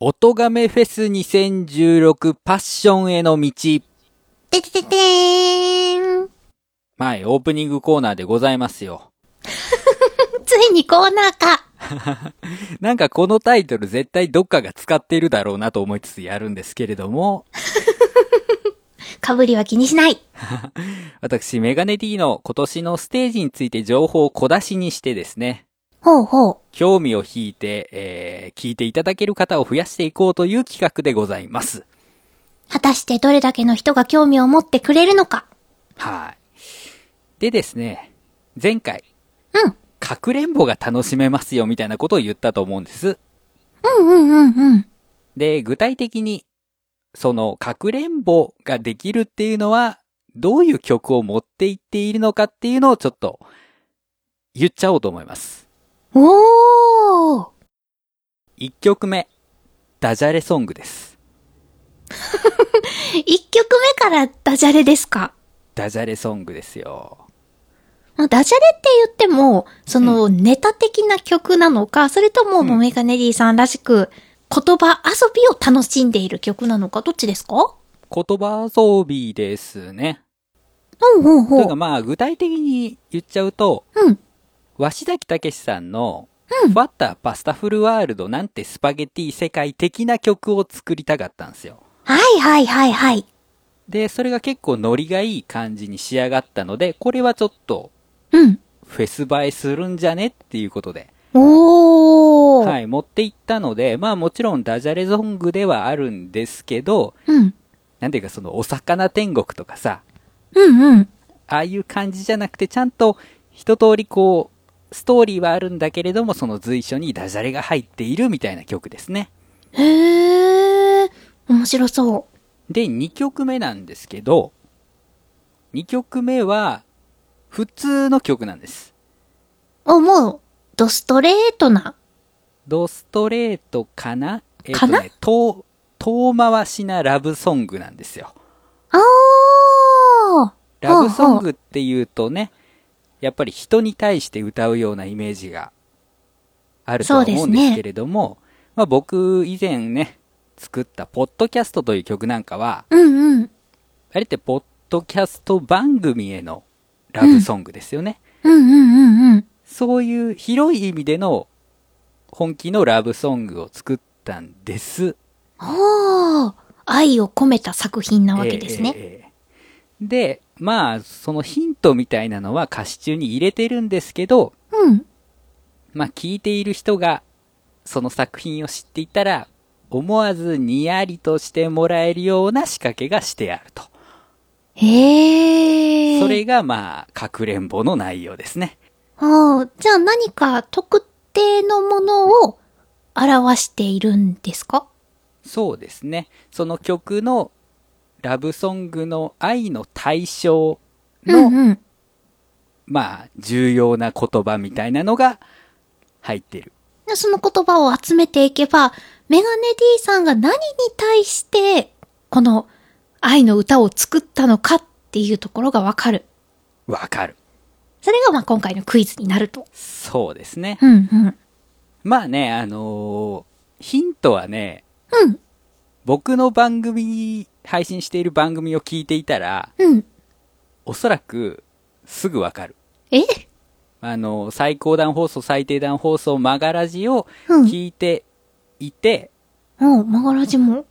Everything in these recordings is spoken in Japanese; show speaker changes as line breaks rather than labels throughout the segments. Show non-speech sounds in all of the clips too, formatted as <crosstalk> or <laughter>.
音亀フェス2016パッションへの道。
ててててーん。
はい、オープニングコーナーでございますよ。
ついにコーナーか。
なんかこのタイトル絶対どっかが使っているだろうなと思いつつやるんですけれども、
かぶりは気にしない。
私、メガネ D の今年のステージについて情報を小出しにしてですね、
ほうほう。
興味を引いて、えー聞いていただける方を増やしていこうという企画でございます。
果たしてどれだけの人が興味を持ってくれるのか。
はい。でですね、前回、
うん。
かくれんぼが楽しめますよみたいなことを言ったと思うんです。
うんうんうんうん。
で、具体的に、その、かくれんぼができるっていうのは、どういう曲を持っていっているのかっていうのをちょっと、言っちゃおうと思います。
おー。
1曲目、ダジャレソングです。
一曲目からダジャレですか。
ダジャレソングですよ。
まあダジャレって言っても、そのネタ的な曲なのか、それとももうメガネディさんらしく、言葉遊びを楽しんでいる曲なのか、どっちですか
言葉遊びですね。
うんうん
と
ほ
いうかまあ、具体的に言っちゃうと、
うん。
鷲崎武さんの、ファッターパスタフルワールドなんてスパゲティ世界的な曲を作りたかったんですよ。
はいはいはいはい。
で、それが結構ノリがいい感じに仕上がったので、これはちょっと
うん。
フェス映えするんじゃねっていうことで、
おー。
はい、持っていったので、まあもちろんダジャレソングではあるんですけど、
うん。
なんていうかそのお魚天国とかさ、
うんうん。
ああいう感じじゃなくて、ちゃんと一通りこう、ストーリーはあるんだけれども、その随所にダジャレが入っているみたいな曲ですね。
へー。面白そ
で、2曲目なんですけど、2曲目は、普通の曲なんです。
う。あ、もう、ドストレートな。
ドストレートかなえっ、
か
と
な
ね、遠、遠回しなラブソングなんですよ。
あー。
ラブソン
ほうほう
グっていうとね、やっぱり人に対して歌うようなイメージがあるとは思うんですけれども、まあ僕以前ね、作ったポッドキャストという曲なんかは、
うんうん。
あれってポッドキャスト番組へのラブソングですよね。
うんうんうんうん。
そういう広い意味での本気のラブソングを作ったんです。
おー。愛を込めた作品なわけですね。
ええええで、まあ、そのヒントみたいなのは歌詞中に入れてるんですけど、
うん。
まあ、聞いている人が、その作品を知っていたら、思わずにやりとしてもらえるような仕掛けがしてあると。
へえ。
それが、まあ、かくれんぼの内容ですね。
ああ、じゃあ何か特定のものを表しているんですか
そうですね。その曲の、ラブソングの愛の対象の、
うんうん。
まあ、重要な言葉みたいなのが入ってる。
でその言葉を集めていけば、メガネ D さんが何に対して、この愛の歌を作ったのかっていうところがわかる。
わかる。
それがまあ今回のクイズになると。
そうですね。
うんうん。
まあね、あのーヒントはね、
うん。
僕の番組、配信している番組を聞いていたら、
うん。
おそらく、すぐわかる。
え
あのー最高段放送、最低段放送、曲がらじを
うん。
聞いていて、
うん。マガラジも。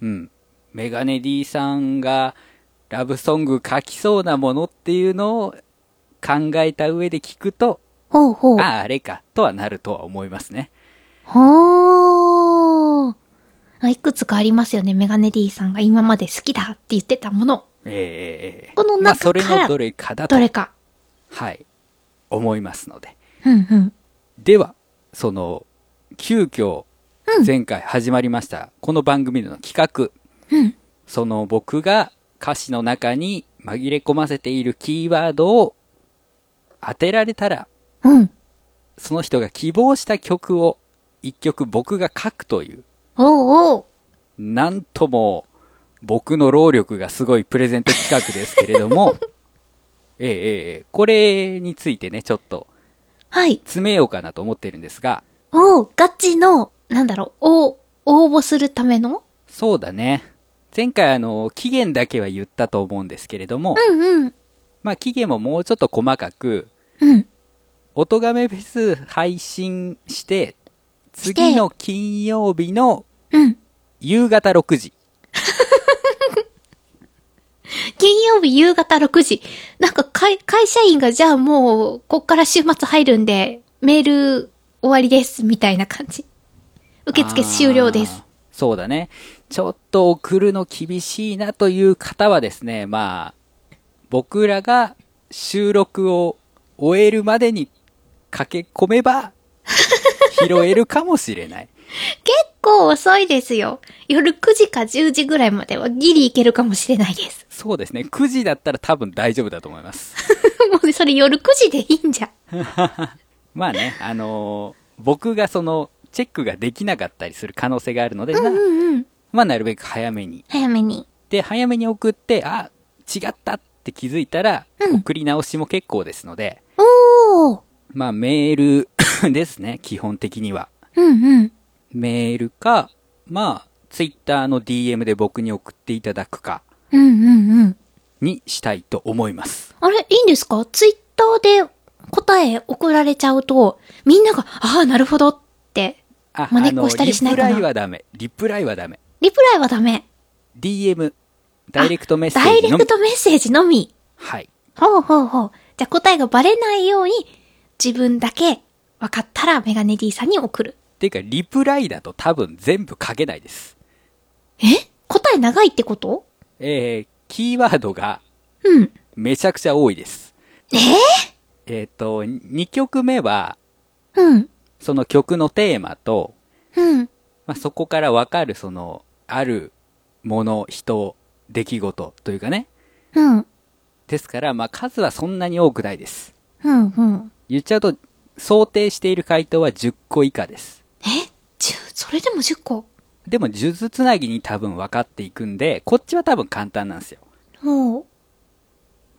うん。メガネ D さんがラブソング書きそうなものっていうのを考えた上で聞くと、
ほうほう。
ああ、あれか、とはなるとは思いますね。
ほー。あいくつかありますよね。メガネ D さんが今まで好きだって言ってたもの。
ええええええ
この中
まあ、それ
か
の
ら
どれかだと
ど、れか。
はい、思いますので。
うんうん。
では、その、急遽
う、ん
前回始まりました、この番組での企画、
うん。
その僕が歌詞の中に紛れ込ませているキーワードを当てられたら、
うん。
その人が希望した曲を一曲僕が書くという、
おうおう。
なんとも僕の労力がすごいプレゼント企画ですけれど
<laughs>
も、ええええええ、これについてね、ちょっと
はい。
詰めようかなと思ってるんですが、
おう、ガチの、なんだろう、おう、応募するための
そうだね。前回あの、期限だけは言ったと思うんですけれども、
うんうん。
まあ期限ももうちょっと細かく、
うん。
音亀フェス配信して、
して
次の金曜日の
うん。
夕方6時。
金曜日夕方6時。なんか会、会社員がじゃあもう、こっから週末入るんで、メール終わりです、みたいな感じ。受付終了で
あー
す。。
そうだね。ちょっと送るの厳しいなという方はですね、まあ、僕らが収録を終えるまでに駆け込め
<laughs>
ば、拾えるかもしれない。
結構遅いですよ。夜9時か10時ぐらいまではギリいけるかもしれないです。 <laughs>
そうですね。9時だったら多分大丈夫だと思います。
もうそれ夜9時でいいんじゃん。
まあね、あのー僕がその、チェックができなかったりする可能性があるので、な
うんうん。
まあなるべく早めに
早めに。
で、早めに送って、あ、違ったって気づいたら、
うん
送り直しも結構ですので、
おー
まあメール <coughs> ですね、基本的には。
うんうん。
メールか、まあ、ツイッターの DM で僕に送っていただくか
うんうんうん。
にしたいと思います。
あれ、いいんですかツイッターで答え送られちゃうと、みんなが、ああ、なるほどって。
あ、
まねっこしたりしないかな
リプライはダメ。リプライはダメ。
リプライはダメ。
DM、ダイレクトメッセ
ダ
ー
イ
ジ
レ
のみ
ク。トメッセージのみ。
はい。
ほうほうほう。じゃあ答えがバレないように、自分だけ分かったらメガネ D さんに送る。
ていうか、リプライだと多分全部書けないです。
え答え長いってこと
えー、キーワードが
うん。
めちゃくちゃ多いです。
えー、
えっ、と、2曲目は、
うん。
その曲のテーマと、
うん。
まあ、そこからわかるその、あるもの、人、出来事というかね。
うん。
ですから、まあ、数はそんなに多くないです。
うん。うん。
言っちゃうと、想定している回答は10個以下です。
え十それでも10個。
でも、数珠つなぎに多分分かっていくんで、こっちは多分簡単なんですよ。
ほう。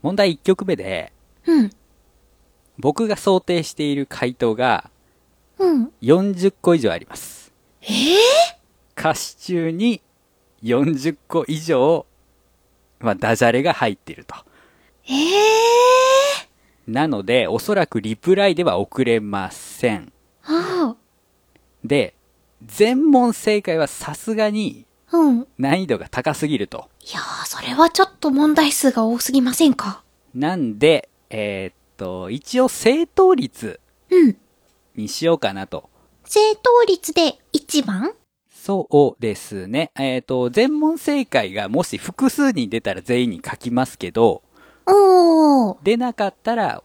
問題1曲目で、
うん。
僕が想定している回答が
うん。
40個以上あります。
えー、
歌詞中に40個以上、まあ、ダジャレが入っていると。
えー、
なので、おそらくリプライでは送れません。
あ
で、全問正解はさすがに
あ。うん。
難易度が高すぎると。
いやー、それはちょっと問題数が多すぎませんか
なんで、えーっと、一応正答率
うん。
にしようかなと。
正答率で1番
そうですね。えーっと、全問正解がもし複数人出たら全員に書きますけど、
おー。
出なかったら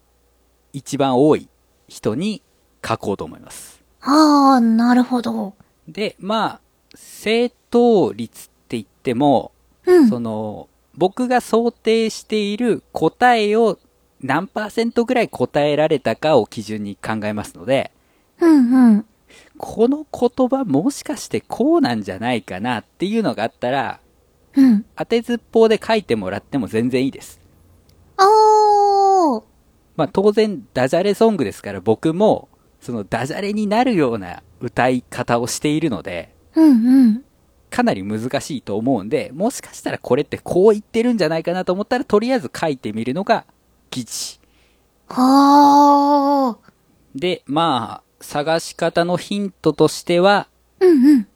一番多い人に書こうと思います。
あー、なるほど。
で、まあ、正答率って言っても、
うん。
その、僕が想定している答えを何パーセントぐらい答えられたかを基準に考えますので、
うんうん。
この言葉もしかしてこうなんじゃないかなっていうのがあったら、
うん。
当てずっぽうで書いてもらっても全然いいです。
おー。
まあ当然ダジャレソングですから僕も、そのダジャレになるような歌い方をしているので、
うんうん。
かなり難しいと思うんで、もしかしたらこれってこう言ってるんじゃないかなと思ったら、とりあえず書いてみるのが基地。
はー。
で、まあ、探し方のヒントとしては、
うんうん。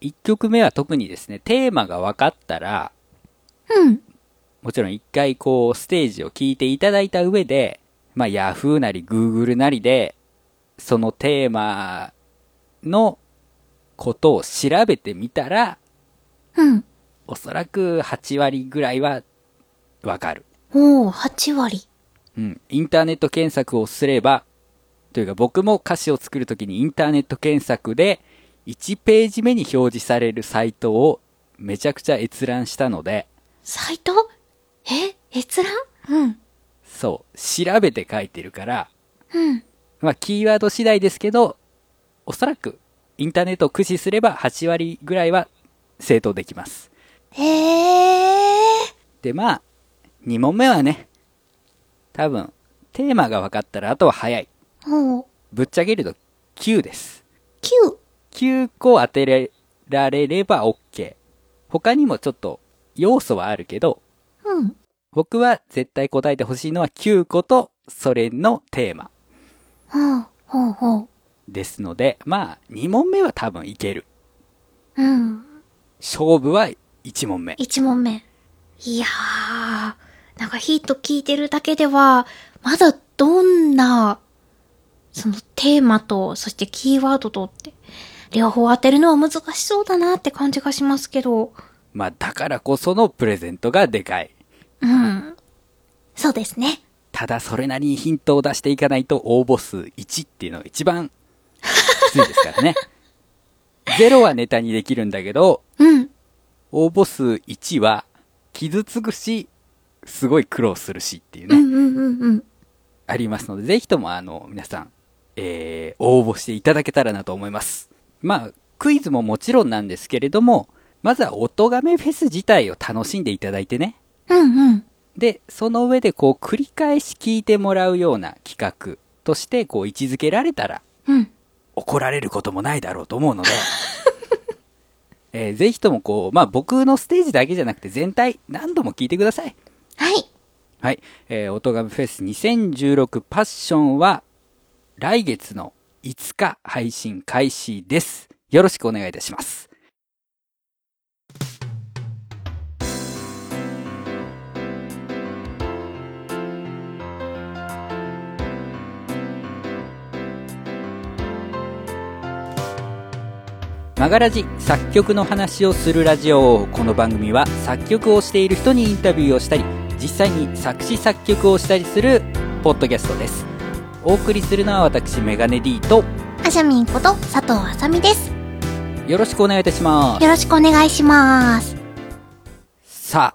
1曲目は特にですね、テーマが分かったら、
うん。
もちろん一回こう、ステージを聞いていただいた上で、まあ、Yahoo なり Google なりで、そのテーマのことを調べてみたら、
うん。
おそらく8割ぐらいは分かる。
おー、8割。
うん、インターネット検索をすれば、というか僕も歌詞を作るときにインターネット検索で1ページ目に表示されるサイトをめちゃくちゃ閲覧したので、
サイトえ閲覧うん。
そう、調べて書いてるから、
うん。
まあキーワード次第ですけど、おそらくインターネットを駆使すれば8割ぐらいは正当できます。
へー。
でまあ、2問目はね、多分テーマが分かったらあとは早い。
おー。
ぶっちゃけると9です。
9。
9個当てれられれば OK。他にもちょっと要素はあるけど、
うん。
僕は絶対答えてほしいのは9個とそれのテーマ
ほう、ほうほう。
ですので、まあ2問目は多分いける。
うん。
勝負は1問目。
一問目。いやー、なんかヒート聞いてるだけでは、まだどんな、そのテーマと、そしてキーワードとって、両方当てるのは難しそうだなって感じがしますけど、
まあだからこそのプレゼントがでかい。
うん。そうですね。
ただそれなりにヒントを出していかないと応募数1っていうのが一番きついですからね。0はネタにできるんだけど、
うん。
応募数1は傷つくし、すごい苦労するしっていう
う
ね、
んうんうんうん。
ありますので、ぜひともあの、皆さん、えー、応募していただけたらなと思います。まあ、クイズももちろんなんですけれども、まずは音亀フェス自体を楽しんでいただいてね。
うんうん。
で、その上でこう繰り返し聞いてもらうような企画としてこう位置づけられたら
うん。
怒られることもないだろうと思うので、えーぜひともこう、まあ僕のステージだけじゃなくて全体何度も聞いてください。
はい。
はい。えー、音楽フェス2016パッションは来月の5日配信開始です。よろしくお願いいたします。マガラジ作曲の話をするラジオこの番組は作曲をしている人にインタビューをしたり実際に作詞作曲をしたりするポッドキャストですお送りするのは私メガネ D と
あしゃみんこと佐藤あさみです。
よろしくお願いいたします
よろしくお願いします。
さ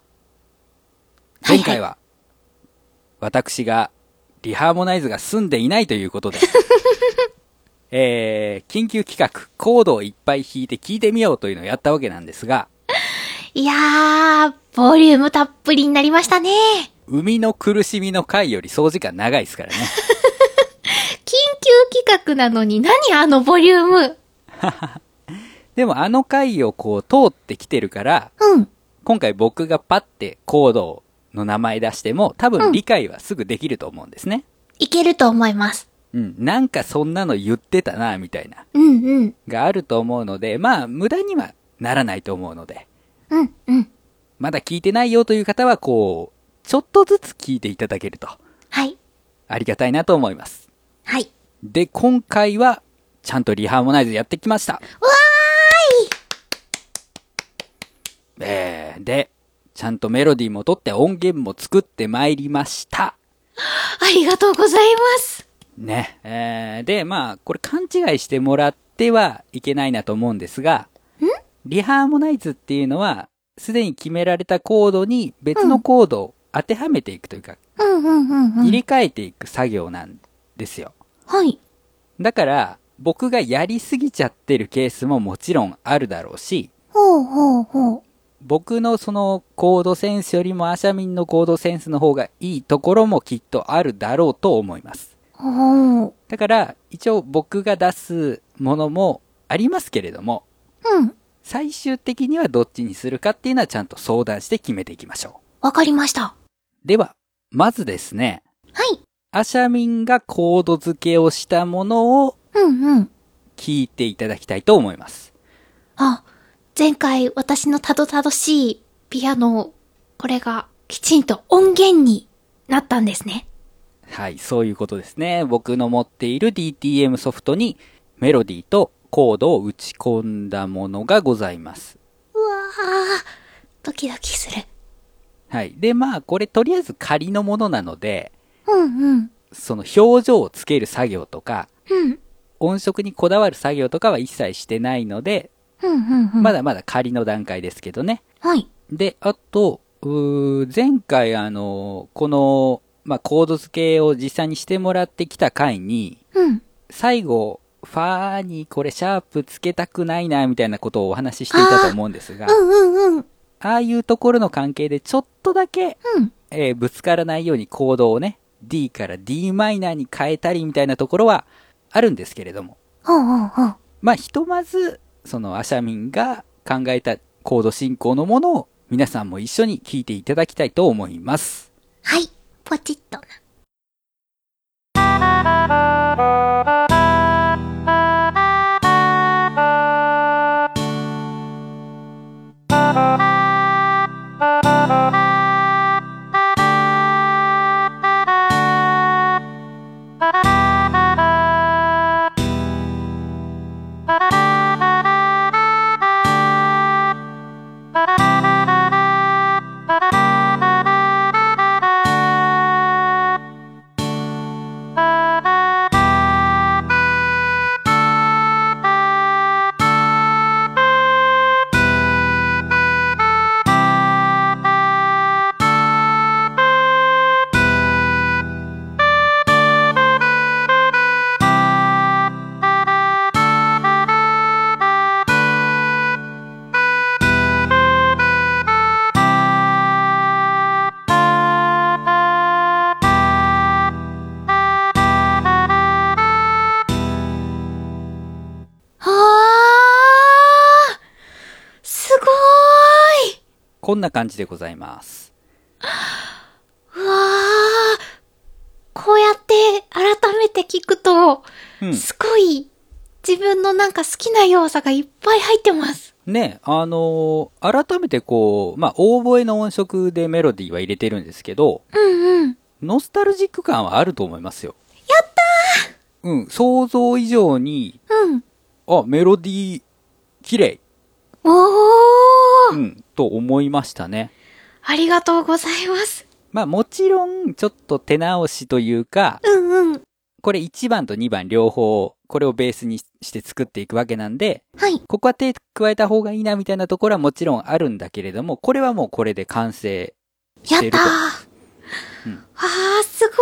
あ
はいはい
前回は私がリハーモナイズが済んでいないということ
<laughs>
でえー、緊急企画コードをいっぱい弾いて聞いてみようというのをやったわけなんですが
いやー、ボリュームたっぷりになりましたね。
生みの苦しみの回より総時間長いですからね <laughs>
緊急企画なのに何あのボリューム。
でもあの回をこう通ってきてるから、
うん。
今回僕がパッてコードの名前出しても、多
うん
分理解はすぐできると思うんですね。
いけると思います。
うん。なんかそんなの言ってたな、みたいな、
うんうん。
があると思うので、まあ無駄にはならないと思うので、
うんうん。
まだ聞いてないよという方は、こう、ちょっとずつ聞いていただけると、
はい。
ありがたいなと思います。
はい。
で、今回は、ちゃんとリハーモナイズやってきました。わーいえー、で、ちゃんとメロディーも取って音源も作ってまいりました。
ありがとうございます。
ね。えー、で、まあ、これ勘違いしてもらってはいけないなと思うんですが、リハーモナイズっていうのは、すでに決められたコードに別のコードを当てはめていくというか、
うんうんうん
入れ替えていく作業なんですよ。
はい。
だから、僕がやりすぎちゃってるケースももちろんあるだろうし、
ほうほうほう。
僕のそのコードセンスよりもアシャミンのコードセンスの方がいいところもきっとあるだろうと思います。
ほう。
だから、一応僕が出すものもありますけれども、
うん。
最終的にはどっちにするかっていうのはちゃんと相談して決めていきましょ
わかりました。は
う。では、まずですね、
い。
アシャミンがコード付けをしたものを
うんうん。
聞いていただきたいと思います。
あ、前回私のたどたどしいピアノ、これがきちんと音源になったんですね。
はい、そういうことですね。僕の持っている DTM ソフトにメロディーとコードを打ち込んだものがございます。
うわー、ドキドキする。
はい。で、まあ、これとりあえず仮のものなので、
うんうん。
その表情をつける作業とか、
うん。
音色にこだわる作業とかは一切してないので、
うんうんうん。
ま。だまだ仮の段階ですけどね。
はい。
で、あと、うー前回あの、この、まあ、コード付けを実際にしてもらってきた回に、
うん。
最後、ファーにこれシャープつけたくないな、みたいなことをお話ししていたと思うんですが、あ
うんうんうん。
あいうところの関係でちょっとだけ、
うん。
えーぶつからないように行動をね、D から d マイナーに変えたりみたいなところはあるんですけれども、
ほうほうほう。
まあ、ひとまず、そのアシャミンが考えたコード進行のものを皆さんも一緒に聞いていただきたいと思います。
はい。ポチッとな。はあすごーい
こんな感じでございます。
うわあこうやって改めて聞くと、
うん。
すごい自分のなんか好きな要素がいっぱい入ってます。
ね、あのー改めてこう、まあ、オーボエの音色でメロディーは入れてるんですけど、
うんうん。
ノスタルジック感はあると思いますよ。やったーうん、想像以上に、
うん。
あ、メロディー、綺麗、
お
う
ー、
ん、と思いましたね。
ありがとうございます。
まあ、もちろん、ちょっと手直しというか、
うんうん。
これ1番と2番両方、これをベースにして作っていくわけなんで、
はい。
ここは手加えた方がいいなみたいなところはもちろんあるんだけれども、これはもうこれで完成し
やって
ると
たー。。
うん
あー、すご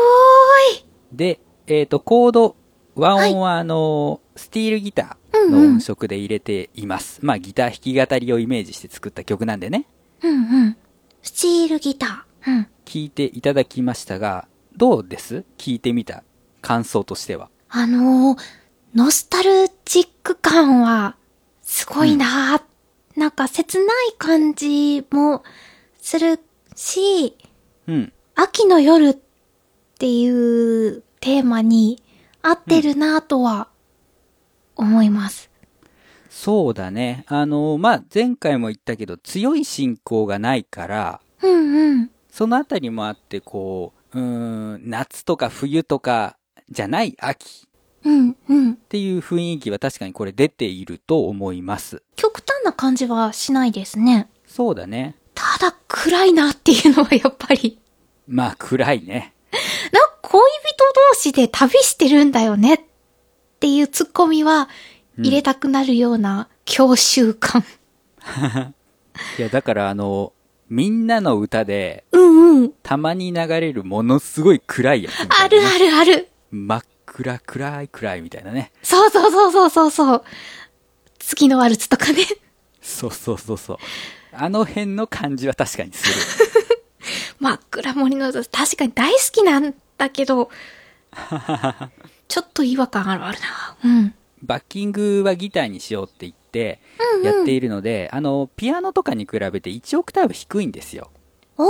ーい。
で、えっ、と、コード、和音はあの、スティールギターの音色で入れています。まあ、ギター弾き語りをイメージして作った曲なんでね、
うんうん。スチールギター。うん。
聞いていただきましたが、どうです聞いてみた感想としては。
あのー、ノスタルジック感は、すごいなー、なんか切ない感じもするし、
うん。
秋の夜っていうテーマに合ってるなとは思います。
そうだね。あの、まあ、前回も言ったけど、強い信仰がないから、
うんうん。
そのあたりもあって、こう、うーん、夏とか冬とかじゃない秋っ
うんうん。
ていう雰囲気は確かにこれ出ていると思います。
極端な感じはしないですね。
そうだね。
ただ暗いなっていうのはやっぱり。
まあ、暗いね。
なんか恋人同士で旅してるんだよねっていうツッコミは入れたくなるような教習感。
いや、だからあの、みんなの歌で、
うんうん。
たまに流れるものすごい暗いやつみた
あ
いなね、
るあるある。
真っ暗暗い暗いみたいなね。
そうそうそうそうそうそう。月のワルツとか
<laughs>
ね。
そうそうそうそう。あの辺の感じは確かにする。
真っ暗森の歌、確かに大好きなんだけ
<laughs>
ど、ちょっと違和感あるあるな。うん。
バッキングはギターにしようって言って、やっているので、あの、ピアノとかに比べて1オクターブ低いんですよ。
お
ギ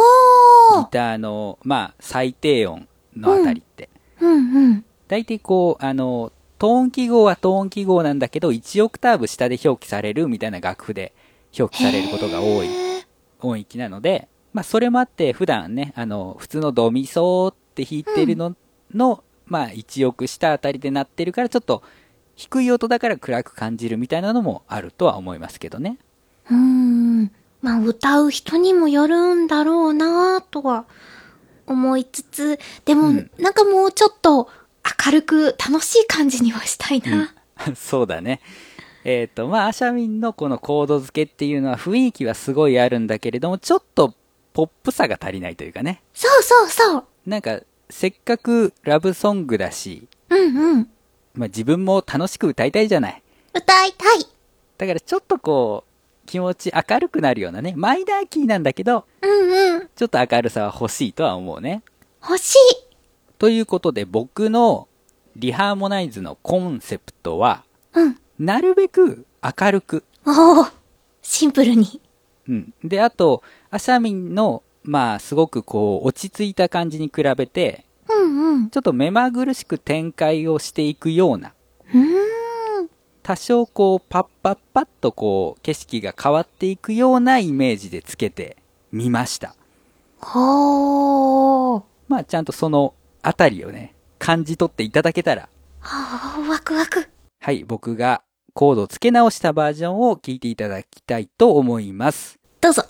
ー
ターの、まあ、最低音のあたりって。
うんうん。
大体こう、あの、トーン記号はトーン記号なんだけど、1オクターブ下で表記されるみたいな楽譜で表記されることが多い
へー
音域なので、まあ、それもあって、普段ね、あの、普通のドミソって弾いてるの、の、まあ、1億下あたりで鳴ってるから、ちょっと、低い音だから暗く感じるみたいなのもあるとは思いますけどね。
うーん。まあ、歌う人にもよるんだろうなとは思いつつ、でも、
うん
なんかもうちょっと明るく楽しい感じにはしたいな。
<laughs> そうだね。えっ、と、まあ、アシャミンのこのコード付けっていうのは雰囲気はすごいあるんだけれども、ちょっとポップさが足りないというかね。
そうそうそう。
なんか、せっかくラブソングだし、
うんうん。
まあ、自分も楽しく歌いたいじゃない。
歌いたい。
だからちょっとこう、気持ち明るくなるようなね、マイナーキーなんだけど、
うんうん。
ちょっと明るさは欲しいとは思うね。
欲しい。
ということで僕のリハーモナイズのコンセプトは、
うん。
なるべく明るく、
おおシンプルに。
うん。で、あと、アシャミンの、まあ、すごくこう、落ち着いた感じに比べて、
うんうん。
ちょっと目まぐるしく展開をしていくような、
うーん。
多少こう、パッパッパッとこう、景色が変わっていくようなイメージでつけてみました。
ほー。
まあ、ちゃんとそのあたりをね、感じ取っていただけたら、
はー、ワクワク。
はい、僕がコードを付け直したバージョンを聞いていただきたいと思います。
どうぞ。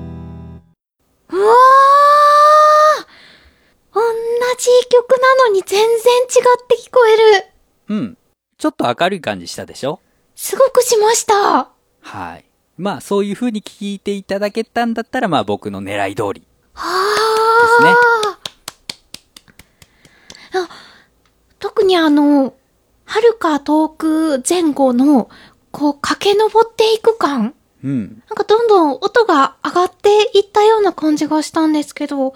うわー同じ曲なのに全然違って聞こえる。
うん。ちょっと明るい感じしたでしょ
すごくしました。
はい。まあ、そういう風に聞いていただけたんだったら、まあ僕の狙い通り。
はあ、あ特にあの、遥か遠く前後の、こう駆け上っていく感
うん。
なんかどんどん音が上がっていったような感じがしたんですけど、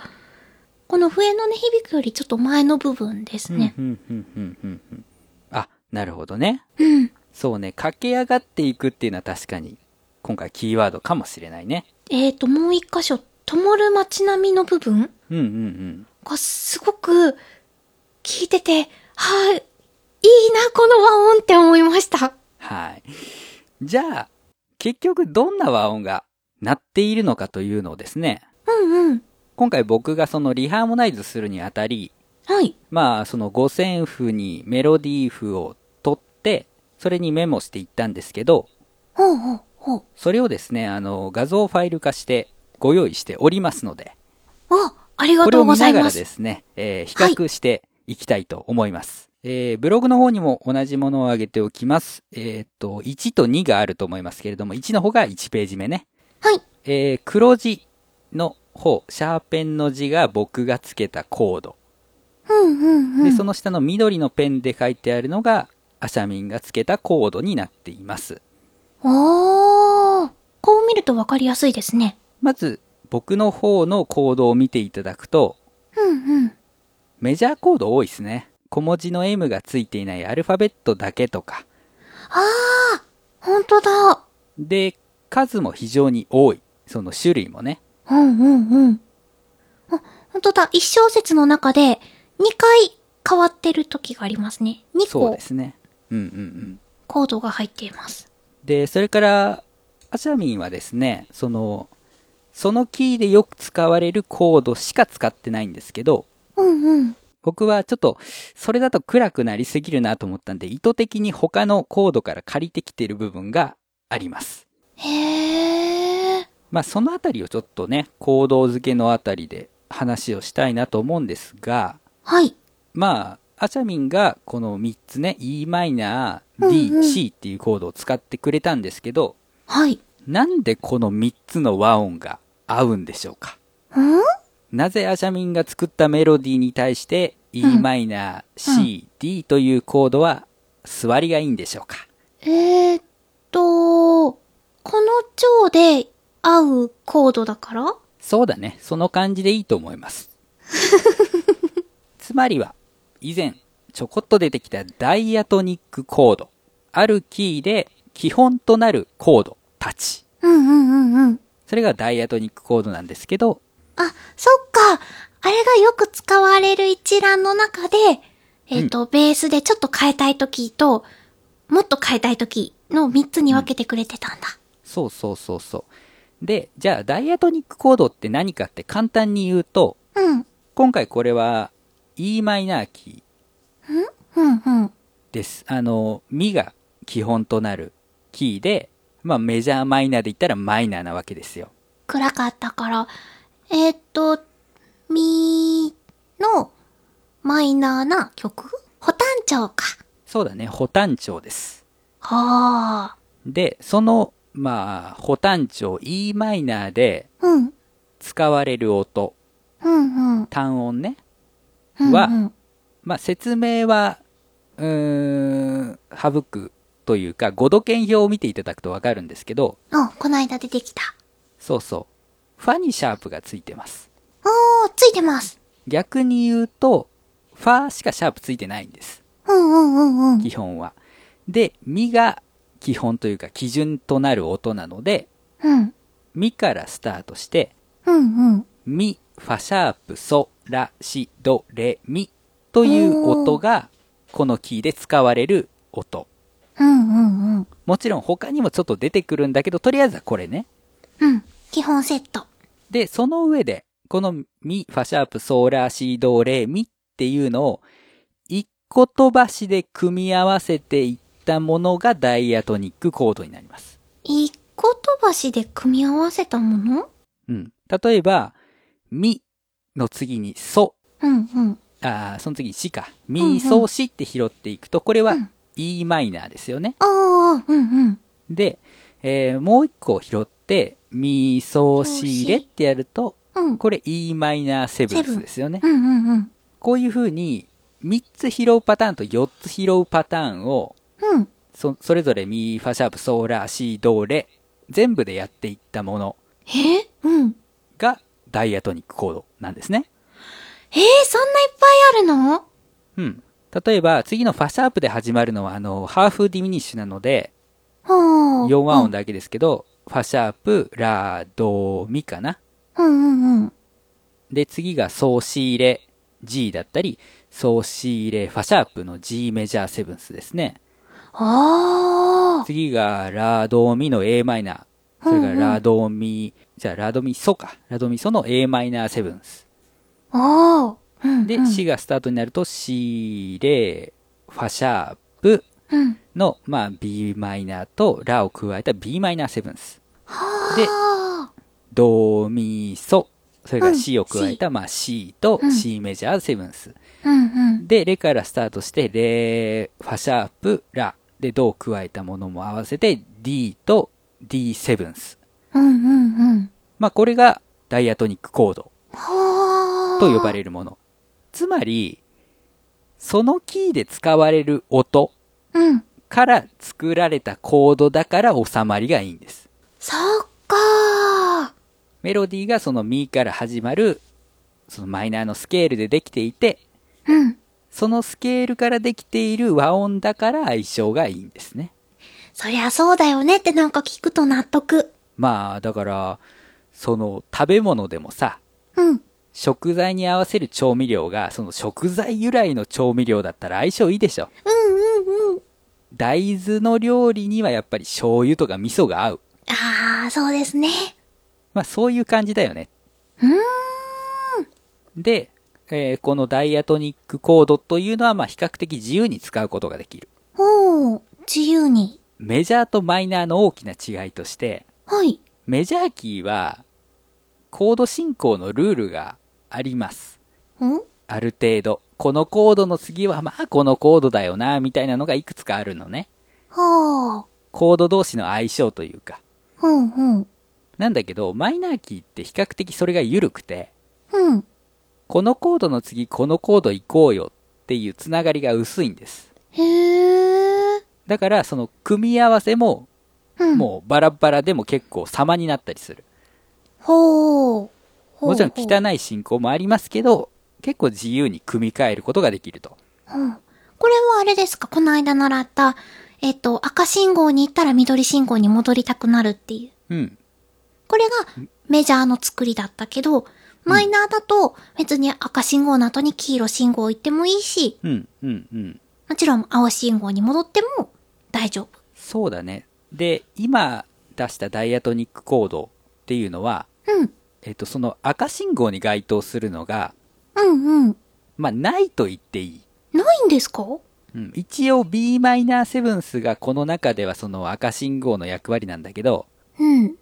この笛のね響くよりちょっと前の部分ですね。
うん、うん、うん、うん、うん。あ、なるほどね。
うん。
そうね、駆け上がっていくっていうのは確かに、今回キーワードかもしれないね。
えーと、もう一箇所、灯る街並みの部分
うん、うん、うん。
がすごく聞いてて、はい、いいな、この和音って思いました。
はい。じゃあ、結局どんな和音が鳴っているのかというのをですね、
うんうん。
今回僕がそのリハーモナイズするにあたり、
はい。
まあその五線譜にメロディー譜を取って、それにメモしていったんですけど、
ほうほうほう。
それをですね、あの画像ファイル化してご用意しておりますので、
あ、ありが
ことれ
う
を
ご
見
ざ
ないが
ま
ら
す。
ですね、えー比
はい
較していきたいと思います。えーブログの方にも同じものを上げておきます。えーっと、1と2があると思いますけれども、1の方が1ページ目ね。
はい。
えー黒字の方、シャーペンの字が僕がつけたコード。
うんうんうん。
で、その下の緑のペンで書いてあるのが、アシャミンがつけたコードになっています。
おー。こう見るとわかりやすいですね。
まず、僕の方のコードを見ていただくと、
うんうん。
メジャーコード多いですね。小文字の M がついていないアルファベットだけとか。
あー。ほんとだ。
で、数も非常に多い。その種類もね。
うんうんうん。あ、ほんとだ。一小節の中で、二回変わってる時がありますね。二
そう
個
で、すね。うんうんうん。
コードが入っています。
で、それから、アシャミンはですね、その、そのキーでよく使われるコードしか使ってないんですけど、
うんうん。
僕はちょっと、それだと暗くなりすぎるなと思ったんで、意図的に他のコードから借りてきている部分があります。
へー。
まあ、そのあたりをちょっとね、コード付けのあたりで話をしたいなと思うんですが、
はい。
まあ、アシャミンがこの3つね、Em、
うんうん
D、C っていうコードを使ってくれたんですけど、
はい。
なんでこの3つの和音が合うんでしょうか
ん
なぜアシャミンが作ったメロディーに対して Em、C、D というコードは座りがいいんでしょうか
えー、っと、この調で合うコードだから
そうだね。その感じでいいと思います。つまりは、以前ちょこっと出てきたダイアトニックコード。あるキーで基本となるコードたち。
うんうんうんうん。
それがダイアトニックコードなんですけど、
あ、そっか。あれがよく使われる一覧の中で、えっ、と、ベースでちょっと変えたい時と、もっと変えたい時の3つに分けてくれてたんだ。
そうそうそうそう。で、じゃあ、ダイアトニックコードって何かって簡単に言うと、
うん。
今回これは e マイナーキー
うん、うん。
です。あの、ミが基本となるキーで、まあメジャーマイナーで言ったらマイナーなわけですよ。
暗かったから、えっ、と、みーのマイナーな曲ホタンチョウか。
そうだね、補単調です。
はあ。
で、その、まあ、補単調 e マイナーで
うん。
使われる音、
うんうん。
単音ね。
うんうん、
はまあ説明は、うーん、省くというか、五度圏表を見ていただくとわかるんですけど、
あ、こないだ出てきた。
そうそう。ファにシャープがついてます。
おー、ついてます。
逆に言うと、ファしかシャープついてないんです。
うんうんうんうん。
基本は。で、ミが基本というか基準となる音なので、
うん。
ミからスタートして、
うんうん。
ミ、ファシャープ、ソ、ラ、シ、ド、レ、ミという音が、このキーで使われる音。
うんうんうん。
もちろん他にもちょっと出てくるんだけど、とりあえずはこれね。
うん。基本セット。
で、その上で、このミ、ファシャープ、ソーラー、シード、レ、ミっていうのを、一個飛ばしで組み合わせていったものがダイアトニックコードになります。
一個飛ばしで組み合わせたもの
うん。例えば、ミの次にソ、
うんうん。
あーその次にシか。
うんうん
ミ、ソ、シって拾っていくと、これは
うん
E マイナーですよね。
ああ、うんうん。
で、えーもう一個拾って、ミ、ソ、シ、レってやると、
うん。
これ E マイナーセブンスですよね。
うんうんうん。
こういう風に、3つ拾うパターンと4つ拾うパターンを、
うん。
そそれぞれミ、ファシャープ、ソーラー、シ、ド、レ、全部でやっていったもの
えうん。
がダイアトニックコードなんですね。
えー、そんないっぱいあるの
うん。例えば、次のファシャープで始まるのは、あの、ハーフディミニッシュなので、
ほう。
4和音だけですけど、ファシャープ、ラ、ド、ミかな。
うんうんうん。
で、次がソーシーレ、G だったり、ソーシーレ、ファシャープの G メジャーセブンスですね。
ああ。
次がラ、ド、ミの a マイナー。それからラ、ド、ミ、じゃあラ、ド、ミ、ソか。ラ、ド、ミ、ソの a マイナーセブンス。
ああ。うん。
で、
うん、
C がスタートになると、シーレ、ファシャープ、
うん。
の、まあ、b マイナーとラを加えた b マイナーセブンス。で、
ああ。
ド、ミ、ソ。それか
う
ら
ん
c を加えた、まあ、c と
うん
c メジャーセブンス。
うんうん。
で、レからスタートして、レ、ファシャープ、ラ。で、ドを加えたものも合わせて、d と d セブンス。
うんうんうん。
まあ、これがダイアトニックコード
はあ。
と呼ばれるもの。つまり、そのキーで使われる音
うん。
から作られたコードだから収まりがいいんです。
そっか
メロディーがそのミから始まる、そのマイナーのスケールでできていて、
ー。うん。
そのスケールからできている和音だから相性がいいんですね。
そりゃそうだよねってなんか聞くと納得。
まあ、だから、その食べ物でもさ、
うん。
食材に合わせる調味料が、その食材由来の調味料だったら相性いいでしょ。
うんうんうん。
大豆の料理にはやっぱり醤油とか味噌が合う。
ああ、そうですね。
まあそういう感じだよね。
うーん。
で、えーこのダイアトニックコードというのはまあ比較的自由に使うことができる。
ほう。自由に。
メジャーとマイナーの大きな違いとして、
はい。
メジャーキーは、コード進行のルールがあります。
ん
ある程度。このコードの次は、まあこのコードだよな、みたいなのがいくつかあるのね。
はあ。
コード同士の相性というか。
うんうん。
なんだけど、マイナーキーって比較的それが緩くて、
うん。
このコードの次、このコード行こうよっていうつながりが薄いんです。
へえ。
だから、その組み合わせも、
うん。
もうバラバラでも結構様になったりする。
ほう。ほう
もちろん汚い進行もありますけど、結構自由に組み替えることができると。
うん。これはあれですかこの間習った、えっと、赤信号に行ったら緑信号に戻りたくなるっていう。
うん。
これがメジャーの作りだったけど、マイナーだと、別に赤信号の後に黄色信号行ってもいいし、
うん、うん、うん。
もちろん青信号に戻っても大丈夫。
そうだね。で、今出したダイアトニックコードっていうのは、
うん。
えっ、と、その赤信号に該当するのが、
うんうん。
まあ、ないと言っていい。
ないんですか
うん、一応 Bm7 スがこの中ではその赤信号の役割なんだけど、
うん。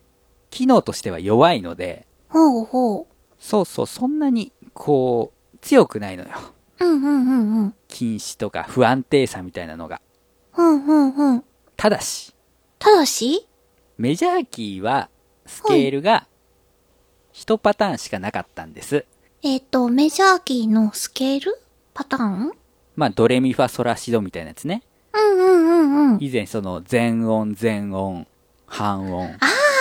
機能としては弱いので、
ほうほ
そうそう、そんなに、こう、強くないのよ。
う。うんうんうんうん。
禁止とか不安定さみたいなのが。
うんうんうん。
ただし、
ただし
メジャーキーは、スケールが、一パターンしかなかったんです。
えっ、と、メジャーキーのスケールパターン
まあ、ドレミファソラシドみたいなやつね。
うんうんうんうん。
以前その、全音、全音、半音、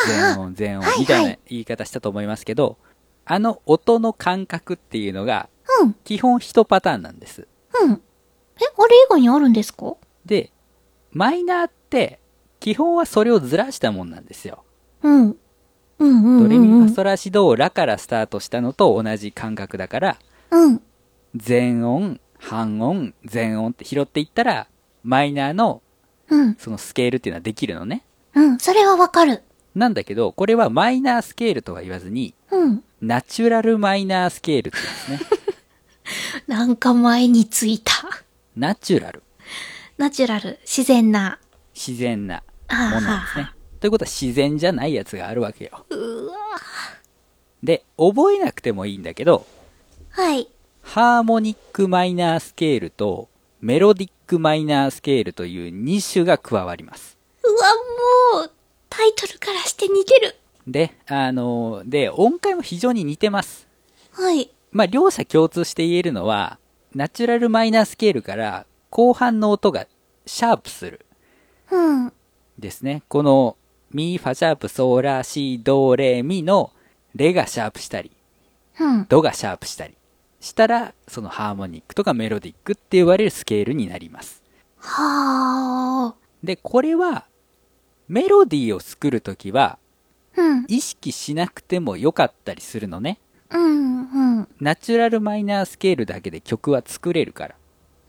全音、全音
はいはい
みたいな言い方したと思いますけど、あの音の感覚っていうのが、
うん
基本一パターンなんです。
うん。え、あれ以外にあるんですか
で、マイナーって、基本はそれをずらしたもんなんですよ。
うん。うんうんうん、うん。
ドレミファソラシドをラからスタートしたのと同じ感覚だから、
うん。
全音、半音、全音って拾っていったら、マイナーの
うん。
そのスケールっていうのはできるのね。
うん。それはわかる。
なんだけど、これはマイナースケールとは言わずに、
うん。
ナチュラルマイナースケールって言うん <laughs> ですね。
なんか前についた。
ナチュラル。
ナチュラル、自然な。
自然なものなんですね
ああ。。
ということは自然じゃないやつがあるわけよ。
うわ
で、覚えなくてもいいんだけど、
はい。
ハーモニックマイナースケールとメロディックマイナースケールという2種が加わります。
うわ、もう、タイトルからして似てる。
で、あのーで、音階も非常に似てます。
はい。
まあ、両者共通して言えるのは、ナチュラルマイナースケールから後半の音がシャープする。
うん。
ですね。この、ミ、ファシャープ、ソーラ、シ、ド、レ、ミの、レがシャープしたり、
うん。
ドがシャープしたりしたら、そのハーモニックとかメロディックって言われるスケールになります。
はあ。
で、これは、メロディーを作るときは、
うん。
意識しなくてもよかったりするのね。
うん。うん。
ナチュラルマイナースケールだけで曲は作れるから。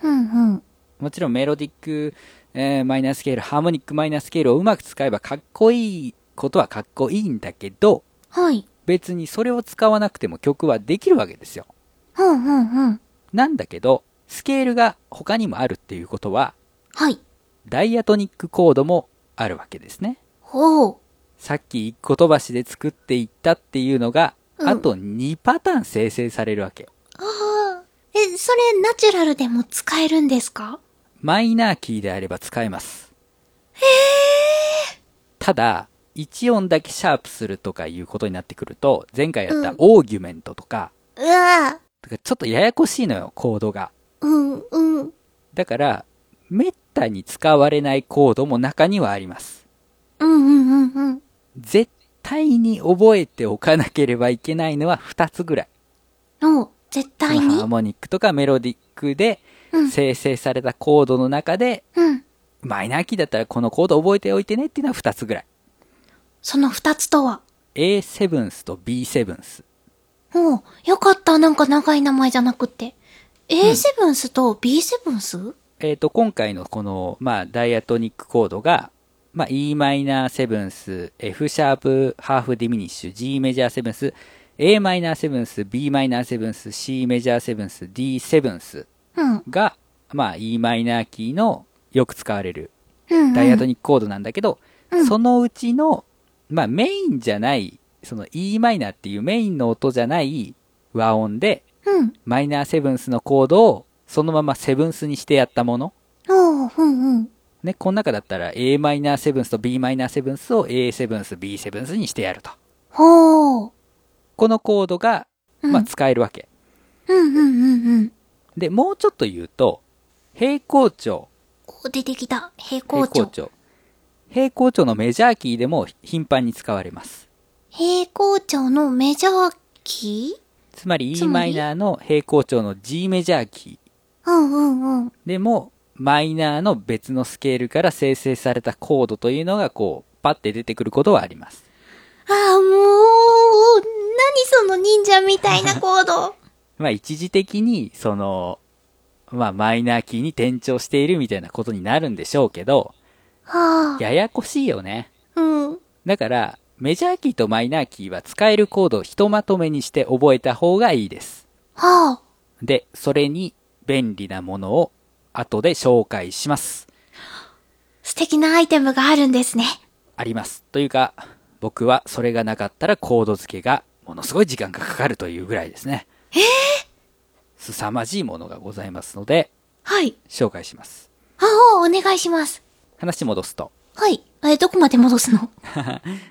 うん。うん。
もちろんメロディック、えーマイナースケール、ハーモニックマイナースケールをうまく使えばかっこいいことはかっこいいんだけど、
はい。
別にそれを使わなくても曲はできるわけですよ。
うん。うん。うん。
なんだけど、スケールが他にもあるっていうことは、
はい。
ダイアトニックコードもあるわけですね。
ほう。
さっき一個飛ばしで作っていったっていうのが、
うん
あと2パターン生成されるわけ。
ああ。え、それナチュラルでも使えるんですか
マイナーキーであれば使えます。ただ、1音だけシャープするとかいうことになってくると、前回やっ
う
た
ん
オーギュメントとか、
うわ
とかちょっとややこしいのよ、コードが。
うん、うん。
だから、めったに使われないコードも中にはあります。
うん、うん、うん、うん。
絶対に覚えておかなければいけないのは2つぐらい。
の、絶対に
ハー。モニックとかメロディックで
うん、
生成されたコードの中で、
うん。
マイナーキーだったらこのコード覚えておいてねっていうのは2つぐらい。
その二つとは。
A7 スと B7 ス。
おう、よかった。なんか長い名前じゃなくて。A7 スと B7 ス
えっ、と、今回のこの、まあ、ダイアトニックコードが、まあ、e マイナー7ス、F シャープ、ハーフディミニッシュ、G メジャー7ス、A マイナー7ス、B マイナー7ス、C メジャー7ス、D7 ス
うん。
が、まあ、e マイナーキーのよく使われる
うん、うん。
ダイアトニックコードなんだけど、
うん
そのうちの、まあ、メインじゃない、その e マイナーっていうメインの音じゃない和音で、
うん。
マイナーセブンスのコードをそのままセブンスにしてやったもの。
おう、うん、うん。
ね、この中だったら a マイナーセブンスと b マイナーセブンスを a セブンス b セブンスにしてやると。
ほう。
このコードが、
うん
まあ、使えるわけ。
うん、うん、うん、うん。
で、もうちょっと言うと、平行調。
お、出てきた。平
平
行
行
調。
調。平行調のメジャーキーでも頻繁に使われます。
平行調のメジャーキ
つまり
つ
e
ま
マ
り
イナーの平行調の g メジャーキー
ーうん、うん、うん。
でも、マイナーの別のスケールから生成されたコードというのがこう、パッて出てくることはあります。
ああ、もう、その忍者みたいな行動。
まあ一時的に、その、まあマイナーキーに転調しているみたいなことになるんでしょうけど、
<laughs> はあ。
ややこしいよね。
うん。
だから、メジャーキーとマイナーキーは使えるコードをひとまとめにして覚えた方がいいです。
はあ。
で、それに便利なものを後で紹介します。
素敵なアイテムがあるんですね。
あります。というか、僕はそれがなかったらコード付けがものすごい時間がかかるというぐらいですね。え凄まじいものがございますので、
はい。
紹介します。
ああ、お願いします。
話戻すと。
はい。え、どこまで戻すの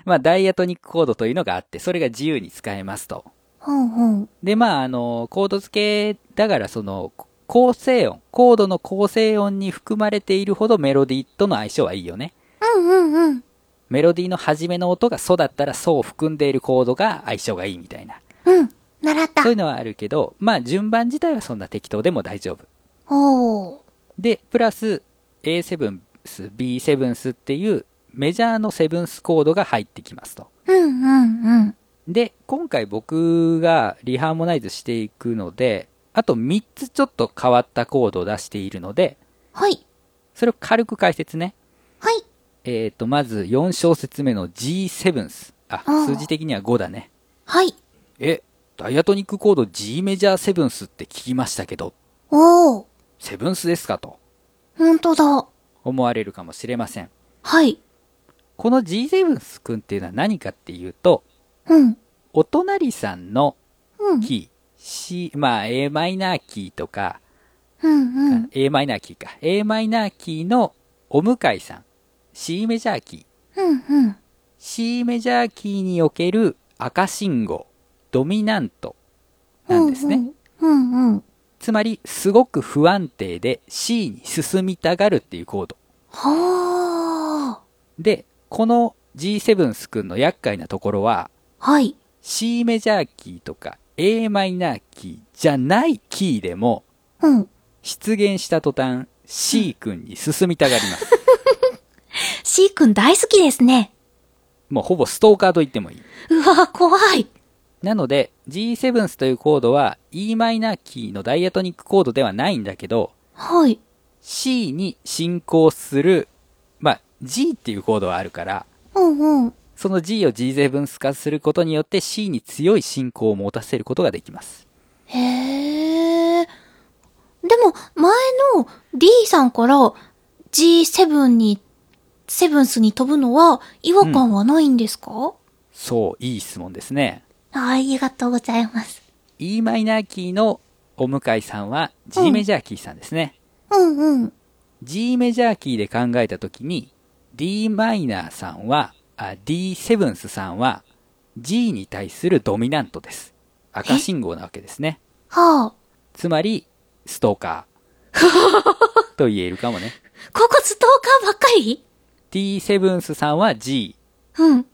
まあ、ダイアトニックコードというのがあって、それが自由に使えますと。
ほんほん。
で、まあ、あの、コード付けだから、その、構成音、コードの構成音に含まれているほどメロディーとの相性はいいよね。
うんうんうん。
メロディーの初めの音がソだったらソを含んでいるコードが相性がいいみたいな。
うん。習った
そう。いうのはあるけど、まあ、順番自体はそんな適当でも大丈夫。
おー。
で、プラス A7 ス、B7 スっていうメジャーのセブンスコードが入ってきますと。
うんうんうん。
で、今回僕がリハーモナイズしていくので、あと3つちょっと変わったコードを出しているので、
はい。
それを軽く解説ね。
はい。
えっ、と、まず4小節目の G7 ス。あ、
ああ
数字的には5だね。
はい。
え、ダイアトニックコード G メジャーセブンスって聞きましたけど、
おー。
セブンスですかと
ほんとだ。
思われるかもしれません。
はい。
この G7 ス君っていうのは何かっていうと、
うん。
お隣さんの
うん。
キー、C、まあ a マイナーキーとか、
うんうん。
a マイナーキーか、a マイナーキーのお向かいさん、C メジャーキー、
うんうん。
C メジャーキーにおける赤信号、ドミナントなんですね。。
うんうん。
つまり、すごく不安定で C に進みたがるっていうコード。
は
で、この G7 ス君の厄介なところは、
あ。はい。
C メジャーキーとか a マイナーキーじゃないキーでも
うん。
出現した途端 C 君に進みたがり
<laughs>
ます。
C 君大好きですね。
もうほぼストーカーと言ってもいい。
うわ、怖い。
なので G7 というコードは e マイナーキーのダイアトニックコードではないんだけど
はい。
C に進行する、まあ G っていうコードはあるから
うんうん。
その G を G7 化することによって C に強い進行を持たせることができます。
へえ。でも、前の D さんから G7 に、セブンスに飛ぶのは違和感はないんですか、
そう、いい質問ですね。
あありがとうございます。
e マイナーキーのお向かいさんは G メジャーキーさんですね、
うんうん。
G メジャーキーで考えた時に d マイナーさんはあ d セブンスさんは G に対するドミナントです赤信号なわけですね
はあ。
つまりストーカ
<laughs>
ーと言えるかもね
ここストーカーばっかり
d セブンスさんは G
うん。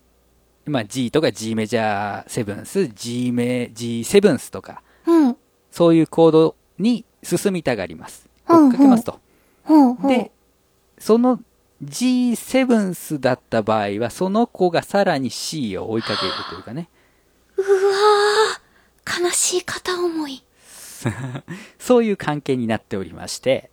まあ G とか G メジャーセブンス G メ G セブンスとか
うん。
そういう行動に進みたがります
うん
追っかけますと、
ほうほう。
で、その G7 スだった場合は、その子がさらに C を追いかけるというかね、
うわー悲しい片思い。
そういう関係になっておりまして、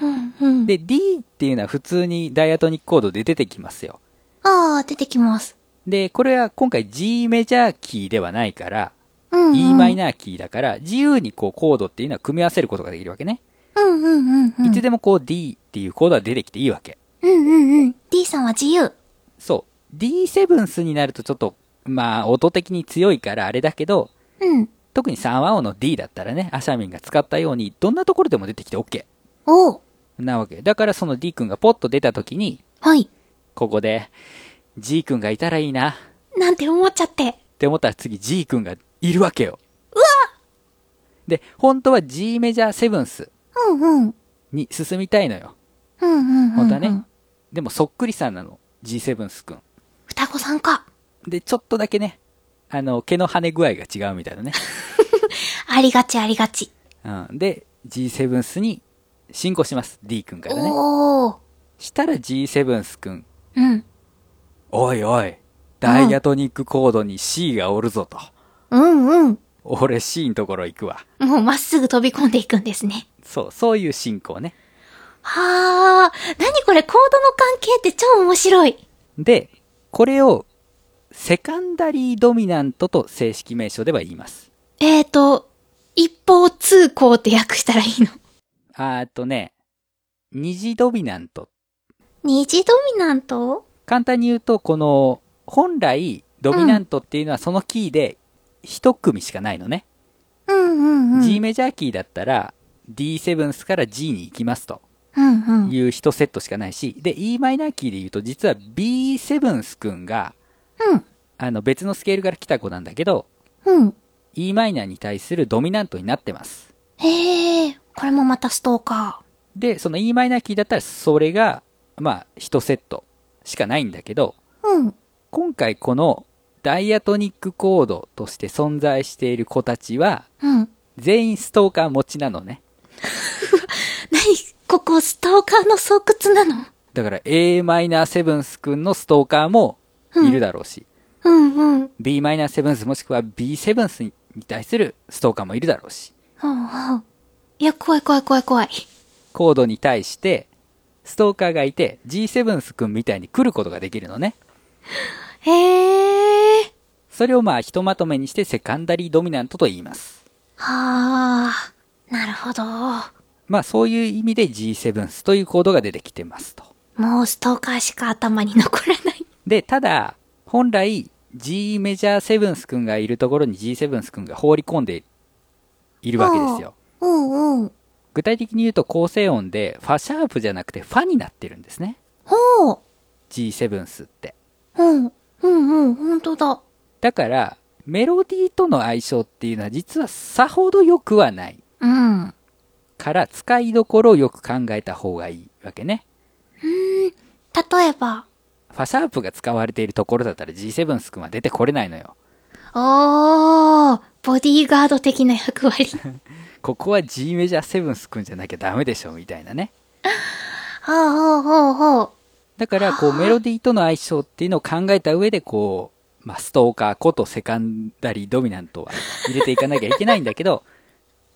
うんうん。
で、D っていうのは普通にダイアトニックコードで出てきますよ。
ああ、出てきます。
で、これは今回 G メジャーキーではないから、
うん、うん。
E マイナーキーだから、自由にこうコードっていうのは組み合わせることができるわけね。
うんうんうんうん。
いつでもこう D っていうコードは出てきていいわけ。
うんうんうん。D さんは自由。
そう。D7 スになるとちょっと、まあ、音的に強いからあれだけど、
うん。
特に三和音の D だったらね、アシャミンが使ったように、どんなところでも出てきて OK
おう。
なわけ。だからその D 君がポッと出た時に、
はい。
ここで、G 君がいたらいいなっ
なんて思っちゃって。
て思ったら次 G 君がいるわけよ。で、本当は G メジャーセブンス
うんうん。
に進みたいのよ。
うんうんうん、うん。
本当はね。。でもそっくりさんなの。G セブンス君。
双子さんか。
で、ちょっとだけね、あの、毛の跳ね具合が違うみたいな
<laughs>
ね。
ありがちありがち。
うん。で、G セブンスに進行します。D 君からね。
おお。
したら G セブンス君。
うん。
おいおい、ダイアトニックコードに C がおるぞと。
うんうんうん。
俺 C のところ行くわ。
もうまっすぐ飛び込んでいくんですね。
そう、そういう進行ね。
はあ、なにこれコードの関係って超面白い。
で、これを、セカンダリードミナントと正式名称では言います。
えーと、一方通行って訳したらいいの。
あーっとね、二次ドミナント。
二次ドミナント
簡単に言うと、この、本来、ドミナントっていうのはそのキーで、一組しかないのね。
うんうんうん。
G メジャーキーだったら、D7 スから G に行きますと
うんうん。
いう一セットしかないし、で、e マイナーキーで言うと、実は B7 スくんが、
うん。
あの別のスケールから来た子なんだけど、
うん。
e マイナーに対するドミナントになってます。
へえ、これもまたストーカ
で、その e マイナーキーだったらそれが、まあ、1セットしかないんだけど、
ー。うん。
今回このダイアトニックコードとして存在している子たちは、
うん。
全員ストーカー持ちなのね。
何ここストーカーの巣窟なの
だから a マイナーセブンスくんのストーカーもいるだろうし、
うんうん。
b マイナーセブンスもしくは b セブンスに対するストーカーもいるだろうし、
ほうほう。いや、怖い怖い怖い怖い。
コードに対して、ストーカーがいて、G7 ス君みたいに来ることができるのね。
へえ。
それをまあ、ひとまとめにして、セカンダリードミナントと言います。
はあ。なるほど。
まあ、そういう意味で G7 スというコードが出てきてますと。
もうストーカーしか頭に残らない。
で、ただ、本来、G メジャーセブンス君がいるところに G7 ス君が放り込んでいるわけですよ。
うんうん。
具体的に言うと構成音で、ファシャープじゃなくてファになってるんですね。
ほう。
G7 スって。
うん。うんうん。ほんとだ。
だから、メロディーとの相性っていうのは実はさほど良くはない。
うん。
から使いどころをよく考えた方がいいわけね。
例えば。
ファシャープが使われているところだったら G7 ス君は出てこれないのよ。
おー。ボディーガード的な役 <laughs> 割。
ここは G メジャー7ス君じゃなきゃダメでしょみたいなね。
ほうほうほうほう。
だからこうメロディーとの相性っていうのを考えた上でこう、まあ、ストーカーことセカンダリードミナントは入れていかなきゃいけないんだけど、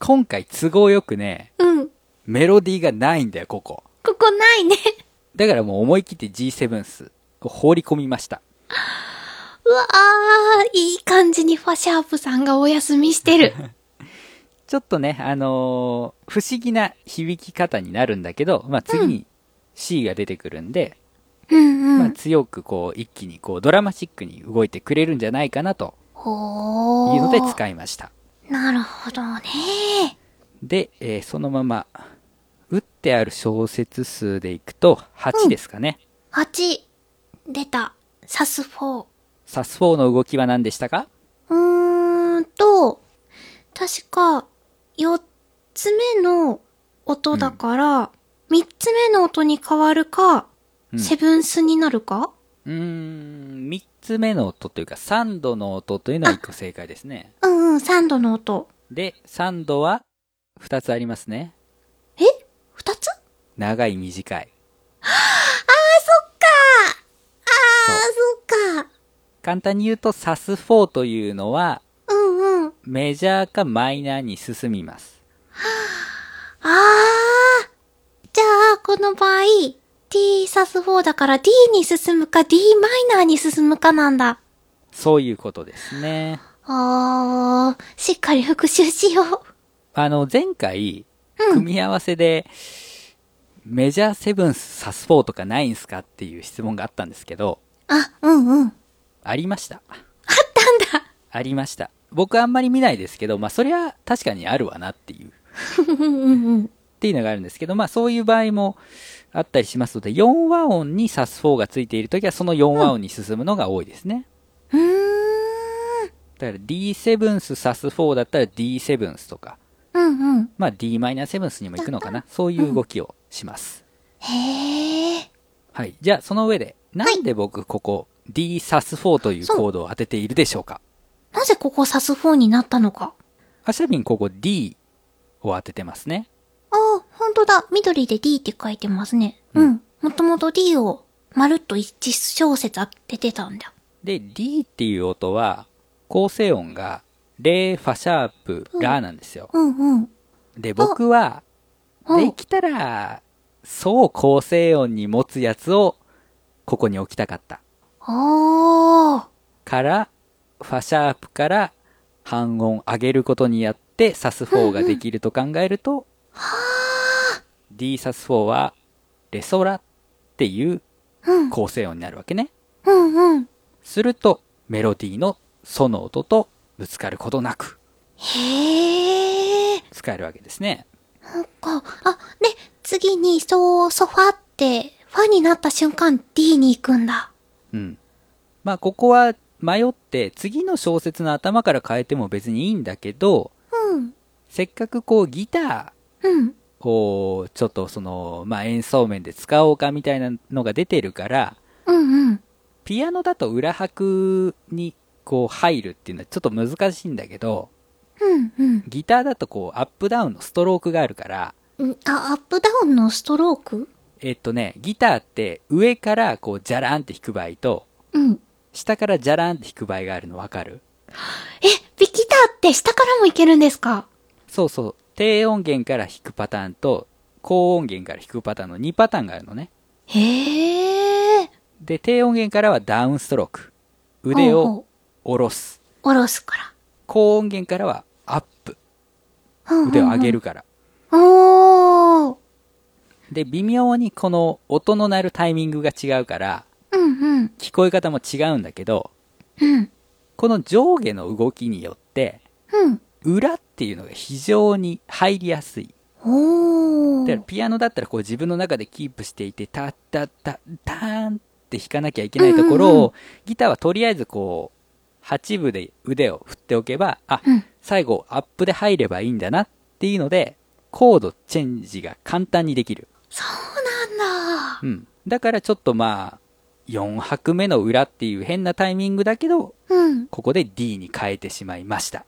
今回都合よくね、
うん。
メロディーがないんだよ、ここ。
ここないね。 <laughs>
だからもう思い切って G7 スを放り込みました。
うわー。いい感じにファシャープさんがお休みし
<laughs>
てる。
ちょっとね、あのー不思議な響き方になるんだけど、まあ、次に C が出てくるんで、
うんう
まあ、
ん。
強くこう、一気にこう、ドラマチックに動いてくれるんじゃないかなとい
ほー。
うので使いました。
なるほどね。
で、えーそのまま、打ってある小説数でいくと、8ですかね。
8。出た。サス4。
サス4の動きは何でしたか
うーんと、確か、4つ目の音だから、三3つ目の音に変わるか、
うん
セブンスになるか
うーん、3つ目の音というか、3度の音というのは1個正解ですね。
うんうん、3度の音。
で、3度は2つありますね。
え ?2 つ
長い、短い。
あー、そっか。
簡単に言うと、サス4というのは、
うんうん。
メジャーかマイナーに進みます。
あー。じゃあ、この場合、D サス4だから D に進むか D マイナーに進むかなんだ。
そういうことですね。
あー、しっかり復習しよう。
あの、前回、組み合わせで、メジャーセブンスサス4とかないんすかっていう質問があったんですけど、
あ、うんうん。
ありました。
なんだ。
ありました。僕あんまり見ないですけど、まあそりゃ確かにあるわなっていう、っ
うんうんうん。
ていうのがあるんですけど、まあそういう場合もあったりしますので、4和音にサス4がついているときはその4和音に進むのが多いですね。
うーん。
だから D7 スサス4だったら D7 スとか、
うんうん。
まあ Dm7 スにも行くのかな。そういう動きをします。
へえ。
はい。じゃあその上で、なんで僕ここ D サス4という
そう
コードを当てているでしょうか
なぜここサス4になったのか。
アシャビンここ D を当ててますね。
ああ、ほんとだ。緑で D って書いてますね。うん。もともと D をまるっと一小節当ててたんだ。
で、D っていう音は構成音がレ、ファ、シャープ、ラなんですよ。
うんうん。
で、僕は、
うん
できたら、そう構成音に持つやつを、ここに置きたかった。
あ
から、ファシャープから半音上げることにやって、サス4ができると考えると、D サス4は、レソラっていう
あ。うん。
構成音になるわけね。
うんうん。
すると、メロディーのソの音とぶつかることなく
へえ。
使えるわけですね。
なんか、あ、で、次に、そう、ソファって、ファになった瞬間 D に行くんだ。
うん。まあ、ここは迷って、次の小説の頭から変えても別にいいんだけど、
うん。
せっかくこうギター、
うん。
こう、ちょっとその、まあ、演奏面で使おうかみたいなのが出てるから、
うんうん。
ピアノだと裏拍にこう入るっていうのはちょっと難しいんだけど、
うんうん。
ギターだとこうアップダウンのストロークがあるから、
うんあ、アップダウンのストローク
えっとね、ギターって上からこうジャラーンって弾く場合と、
うん。
下からジャラーンって弾く場合があるのわかる
え、ビキターって下からもいけるんですか
そうそう。低音源から弾くパターンと、高音源から弾くパターンの2パターンがあるのね。
へえ。
で、低音源からはダウンストローク。腕
ほうほ
を下ろす。
う。下ろすから。
高音源からはアップ。
うんうんうん
腕を上げる。から。
おー。
で、微妙にこの音の鳴るタイミングが違うから、
うんうん。
聞こえ方も違うんだけど、
うん。
この上下の動きによって、
うん。
裏っていうのが非常に入りやすい。
お
だから
ー。
ピアノだったらこう自分の中でキープしていて、タッタッタッターンって弾かなきゃいけないところを、
うんうんう
ギターはとりあえずこう、8部で腕を振っておけば、あ、
うん
最後アップで入ればいいんだなっていうので、コードチェンジが簡単にできる。
そうなんだ。
うん。だからちょっとまあ、4拍目の裏っていう変なタイミングだけど、
うん。
ここで D に変えてしまいました。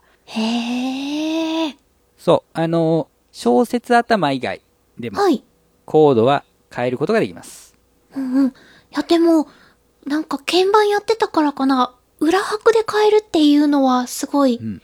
へえ。
そう、あの、小説頭以外でも
はい。
コードは変えることができます。
うんうん。いや、でも、なんか鍵盤やってたからかな、裏拍で変えるっていうのはすごい
うん、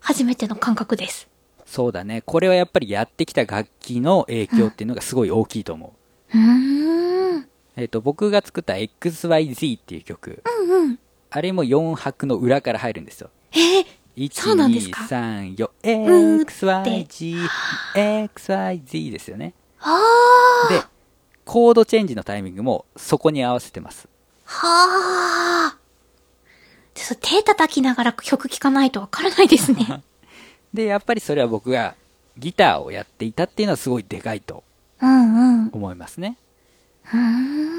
初めての感覚です。
そうだね。これはやっぱりやってきた楽器の影響っていうのがすごい大きいと思う。
うーん。うん
えっ、と、僕が作った XYZ っていう曲、
うん。
あれも4拍の裏から入るんですよ。
えー、そうなんですか
1234
うーって
XYG XYZ ですよね
あ
で
あ。
コードチェンジのタイミングもそこに合わせてます
はあ。ちょっと手叩きながら曲聴かないとわからないですね。
<laughs> でやっぱりそれは僕がギターをやっていたっていうのはすごいでかいと
うんうん。う
思いますね
ーん。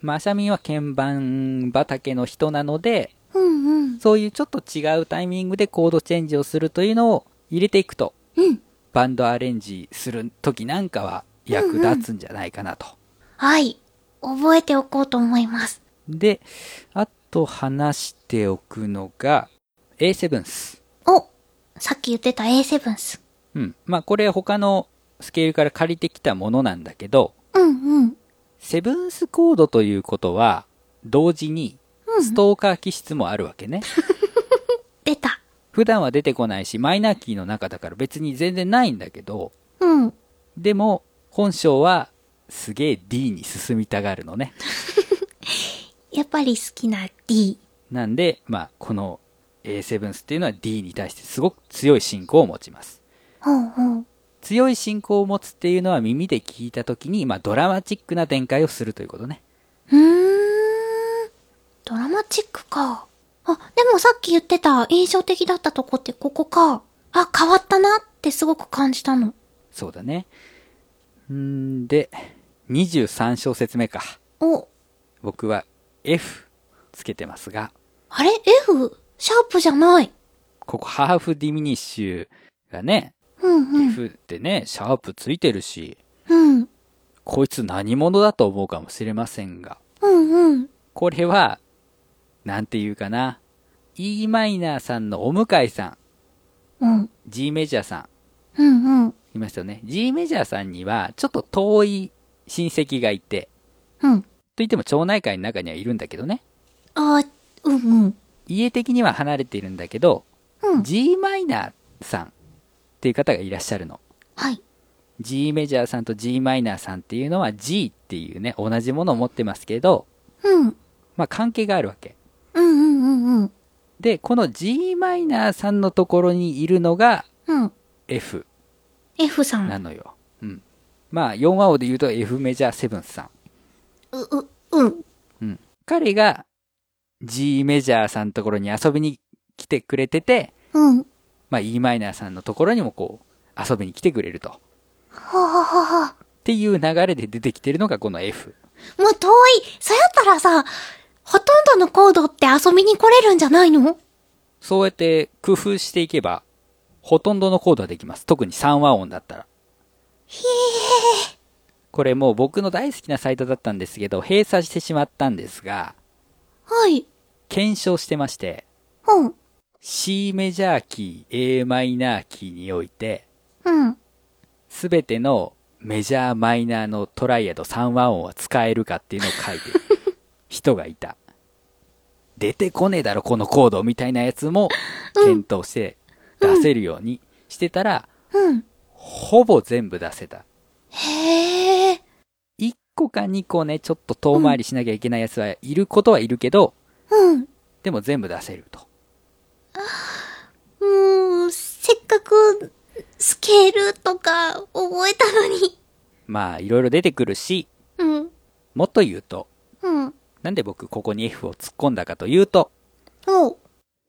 まあ、シャミンは鍵盤畑の人なので
うんうん。
そういうちょっと違うタイミングでコードチェンジをするというのを入れていくと
うん。
バンドアレンジする時なんかは役立つんじゃないかなと、
はい。覚えておこうと思います。
で、あと話しておくのが、A7 ス。
おさっき言ってた A7 ス。
うん。まあ、これ他のスケールから借りてきたものなんだけど、
うんうん。
セブンスコードということは、同時に、ストーカー気質もあるわけね。
出た。
普段は出てこないし、マイナーキーの中だから別に全然ないんだけど、
うん。
でも、本性は、すげえ D に進みたがるのね。
やっぱり好きな D。
なんで、まあ、この A7 スっていうのは D に対してすごく強い信仰を持ちます。
ほうほう。
強い信仰を持つっていうのは耳で聞いた時に、まあ、ドラマチックな展開をするということね。
うーん。ドラマチックか。あ、でもさっき言ってた印象的だったとこってここか。あ、変わったなってすごく感じたの。
そうだね。んーで、23小節目か。
お、
僕は F つけてますが、
あれ ?F? シャープじゃない。
ここハーフディミニッシュがね、
うんうん。
F ってね、シャープついてるし、
うん。
こいつ何者だと思うかもしれませんが、
うんうん。
これは、なんていうかな。e マイナーさんのお向かいさん、
うん。
G メジャーさん、
うんうん。
いましたよね。G メジャーさんには、ちょっと遠い親戚がいて、
うん。
といっても町内会の中にはいるんだけどね。
あー、うんうん。
家的には離れているんだけど、
うん。
G マイナーさんっていう方がいらっしゃるの。
はい。
G メジャーさんと G マイナーさんっていうのは G っていうね、同じものを持ってますけど、
うん。
まあ関係があるわけ。
うんうんうんうん。
で、この G マイナーさんのところにいるのが
うん。
F
F さん。
なのよ。うん。まあ4話王で言うと F メジャーセブンスさん。
う、う、うん。
うん。彼が G メジャーさんのところに遊びに来てくれてて、
うん。
まあ E マイナーさんのところにもこう遊びに来てくれると。っ
はははは。
ていう流れで出てきてるのがこの F。
もう遠い。そうやったらさ、ほとんどのコードって遊びに来れるんじゃないの
そうやって工夫していけば、ほとんどのコードはできます。特に3和音だったら。これもう僕の大好きなサイトだったんですけど、閉鎖してしまったんですが、
はい。
検証してまして、
うん。
C メジャーキー、A マイナーキーにおいて、
うん。
すべてのメジャー、マイナーのトライアド3和音は使えるかっていうのを書いてる人がいた。 <laughs> 出てこねえだろ、このコードみたいなやつも検討して出せるようにしてたら、
うん。
ほぼ全部出せた。
へえ。
1個か2個ね、ちょっと遠回りしなきゃいけないやつはいることはいるけど、
うん。
でも全部出せると。
もう、せっかく、スケールとか、覚えたのに。
まあ、いろいろ出てくるし、
うん。
もっと言うと、
うん。
なんで僕ここに F を突っ込んだかというと、
おう。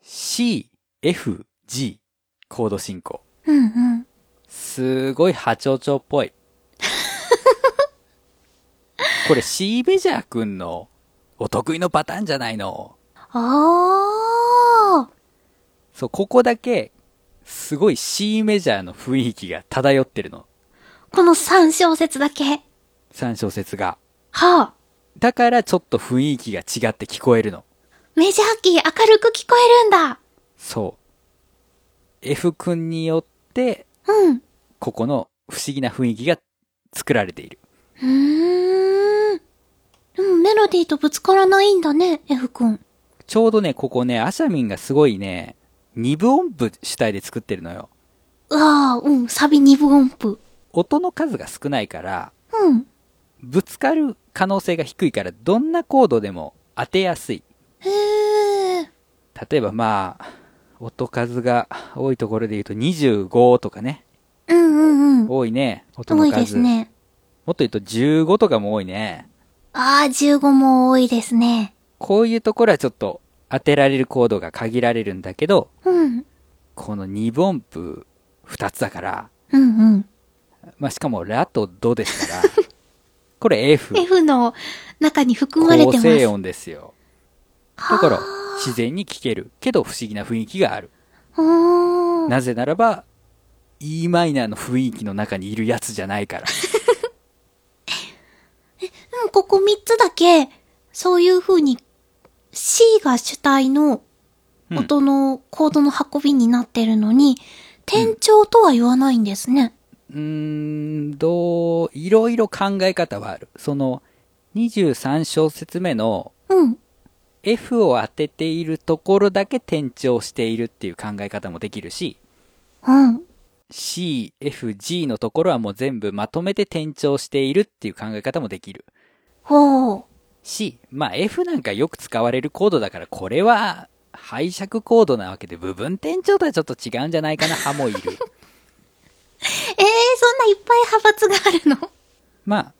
C、F、G、コード進行。
うんうん。
すごい波長長っぽい。これ C ベジャーくんのお得意のパターンじゃないの。
ああ。
そう、ここだけ、すごい C メジャーの雰囲気が漂ってるの。
この3小節だけ。
3小節が。
はあ。
だからちょっと雰囲気が違って聞こえるの。
メジャーキー明るく聞こえるんだ。
そう。F 君によって、
うん。う
ここの不思議な雰囲気が作られている。
ーん。でもメロディーとぶつからないんだね、F 君。
ちょうどね、ここね、アシャミンがすごいね、二部音符主体で作ってるのよ。
うわあ、うん、サビ二分音符。
音の数が少ないから、
うん。
ぶつかる可能性が低いから、どんなコードでも当てやすい。
へえ。
例えばまあ、音数が多いところで言うと25とかね。
うんうんうん。
多いね。音の
多
数。
いですね。
もっと言うと15とかも多いね。
ああ、15も多いですね。
こういうところはちょっと当てられるコードが限られるんだけど、
うん。
この2分音符2つだから、
うんうん。
まあしかもラとドです
<laughs>
から、これ F。
F の中に含まれてま
構
す。
成音ですよ。だから
はあ、
自然に聴ける。けど不思議な雰囲気がある。
うーん。
なぜならば、e マイナーの雰囲気の中にいるやつじゃない
<laughs>
から。
うん、ここ3つだけ、そういう風に C が主体の
うん
音のコードの運びになってるのに、転調とは言わないんですね。
うーん、どう、いろいろ考え方はある。その、23小節目の
うん。
F を当てているところだけ転調しているっていう考え方もできるし、
うん。
C、F、G のところはもう全部まとめて転調しているっていう考え方もできる。
ほう。
し、まあ F なんかよく使われるコードだから、これは拝借コードなわけで、部分転調とはちょっと違うんじゃないかな、派もいる。
ええー、そんないっぱい派閥がある
まあ、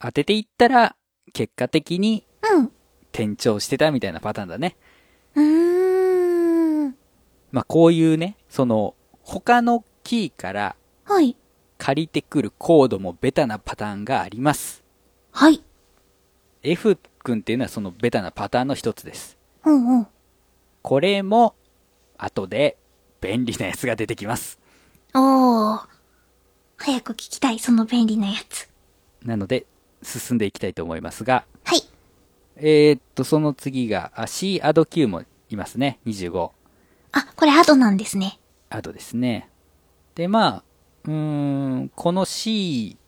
当てていったら、結果的に
の
転調してたみたいなパターンだね。
うん。うーん。
まあこういうね、その、他のキーから
はい。
借りてくるコードもベタなパターンがあります。
はい。
F 君っていうのはそのベタなパターンの一つです。
うんうん。
これも、後で便利なやつが出てきます。
おー。早く聞きたい、その便利なやつ。
なので、進んでいきたいと思いますが、
はい。
えーっと、その次が、あ C アド Q もいますね。25
あ、これアドなんですね。
アドですね。で、まあ、うーん、この C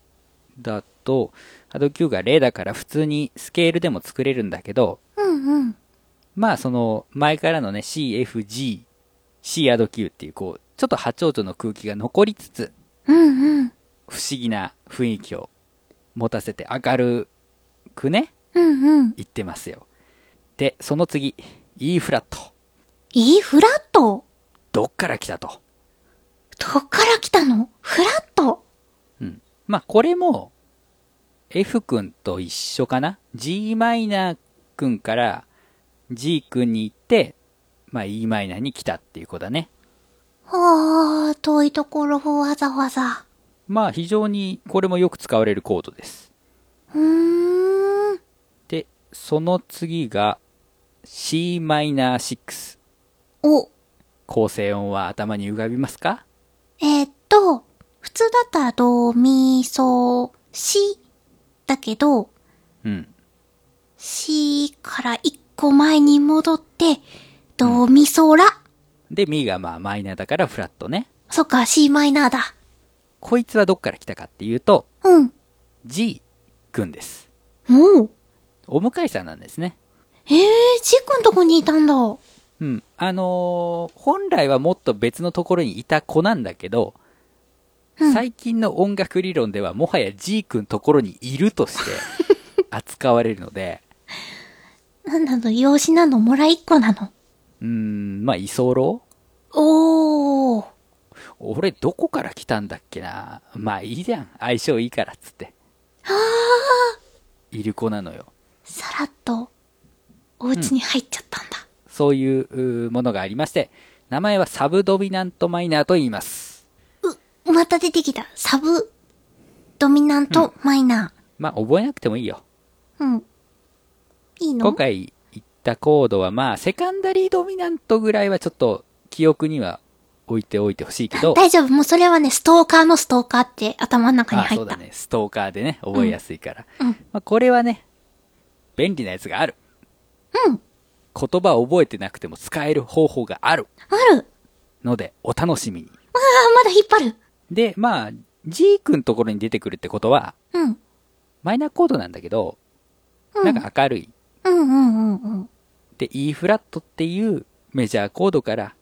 だと、アド Q が0だから普通にスケールでも作れるんだけど、
うんうん。
まあその前からのね、C、F、G シーアドキューっていう、こう、ちょっと波長長の空気が残りつつ、
うんうん。
不思議な雰囲気を持たせて明るくね、
うんうん。
言ってますよ。で、その次、E フラット。
E フラット
どっから来たと。
どっから来たのフラット
うん。まあ、これも、F 君と一緒かな ?G マイナー君から G 君に行って、まあ、E マイナーに来たっていうことだね。
はあ、遠いところをわざわざ。
まあ、非常にこれもよく使われるコードです。
うーん。
で、その次が C マイナー6。
お、
構成音は頭に浮かびますか
えーっと、普通だったらド、ミ、ソ、シだけど、
うん。
シから一個前に戻って、ド、ミ、ソ、ラ。
で、ミがまあマイナーだからフラットね。
そっか、C マイナーだ。
こいつはどっから来たかっていうと、
うん。
G 君です。
もう。
お向かいさんなんですね。
えー、ジ君とこにいたんだ。う
うん。あのー本来はもっと別のところにいた子なんだけど、
うん
最近の音楽理論ではもはや G 君ところにいるとして
<laughs>
扱われるので、
なんなの、養子なの、もらいっ子なの。
うーん、まあ、居候
おー。
俺どこから来たんだっけなまあいいじゃん。相性いいからっつって。いる子なのよ。
さらっと、お家に入っちゃったんだ。
そういううーものがありまして、名前はサブドミナントマイナーと言います。
う、また出てきた。サブ、ドミナント、マイナ
まあ、覚えなくてもいいよ。
ー。うん。いいの
今回言ったコードは、まあ、セカンダリードミナントぐらいはちょっと記憶には置いておいてほしいけど、
大丈夫。もうそれはね、ストーカーのストーカーって頭の中に
あ
入
そう
っ
だ
た。
ね、ストーカーでね、覚えやすいから。
うん
まあ、これはね、便利なやつがある。
うん。
言葉を覚えてなくても使える方法がある
ある。
ので、お楽しみに。
ああ、まだ引っ張る。
で、まあ、G 君のところに出てくるってことは、
うん。
マイナーコードなんだけど、
うん
なんか明るい。
うんうんうんうん。
で、E フラットっていうメジャーコードから、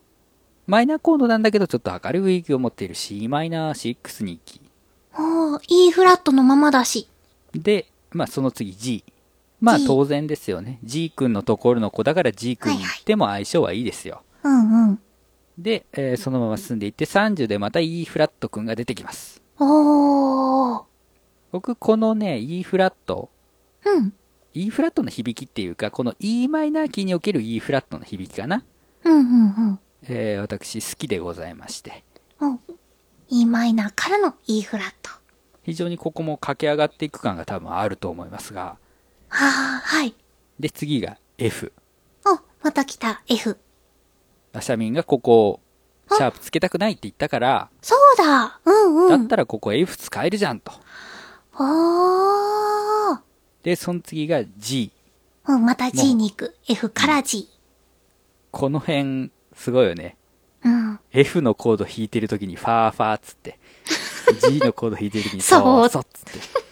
マイナーコードなんだけどちょっと明るい雰囲気を持っている c マイナー6に行き、
おー、E フラットのままだし。
で、まあその次 G。まあ
G
当然ですよね。G 君のところの子だから G 君に行っても相性はいいですよ。
うんうん。
で、えーそのまま進んでいって30でまた E フラット君が出てきます。
おー。
僕このね、E フラット、
うん。
E フラットの響きっていうか、この E マイナーキーにおける E フラットの響きかな。
うんうん
えー私好きでございまして。
うん。うん。E マイナーからの E フラット。
非常にここも駆け上がっていく感が多分あると思いますが、
ああ、はい。
で、次が F。
お、また来た F。
アシャミンがここを
あ
シャープつけたくないって言ったから、
そうだうんう
だ
ん
っ。たらここ F 使えるじゃんと。
おー。
で、その次が G。
うん、また G に行く。F から G。
この辺、すごいよね。
うん。
F のコード弾いてるときにファーファーっつ
<laughs>
って、G のコード弾いてるときに
そう
そうそうっつって。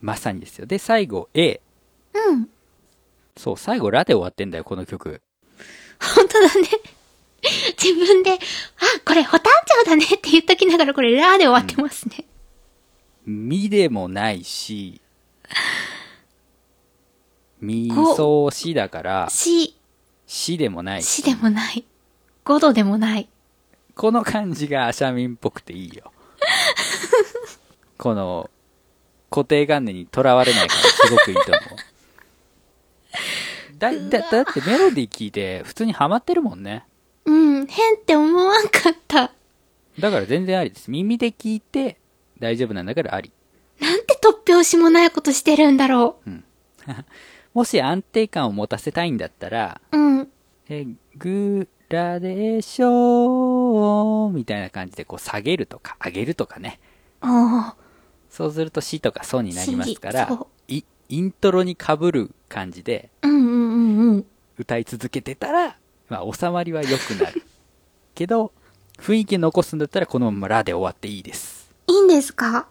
まさにですよ。で、最後 A。
うん。
そう、最後ラで終わってんだよ、この曲。
本当だね。自分で、あ、これ、ホタンチャウだねって言っときながら、これ、ラーで終わってますね。
みでもないし、み
お
そうしだから、
し、
しでもない。
しでもない。五度でもない。
この感じがアシャミンっぽくていいよ。この、固定観念にとらわれないからすごくいいと思う。だ、だ、だってメロディー聞いて普通にハマってるもんね。
うん、変って思わんかった。
だから全然ありです。耳で聞いて大丈夫なんだからあり。
なんて突拍子もないことしてるんだろ
もし安定感を持たせたいんだったら、
う。うん。
えーグラデーションみたいな感じでこう下げるとか上げるとかね。
ああ。
そうするとシとかソになりますから
そう、
いイントロに被る感じで
うんうんうんうん。
歌い続けてたら、まあ収まりは良くなる。けど、 <laughs> 雰囲気残すんだったらこのままラで終わっていいです。
いいんですか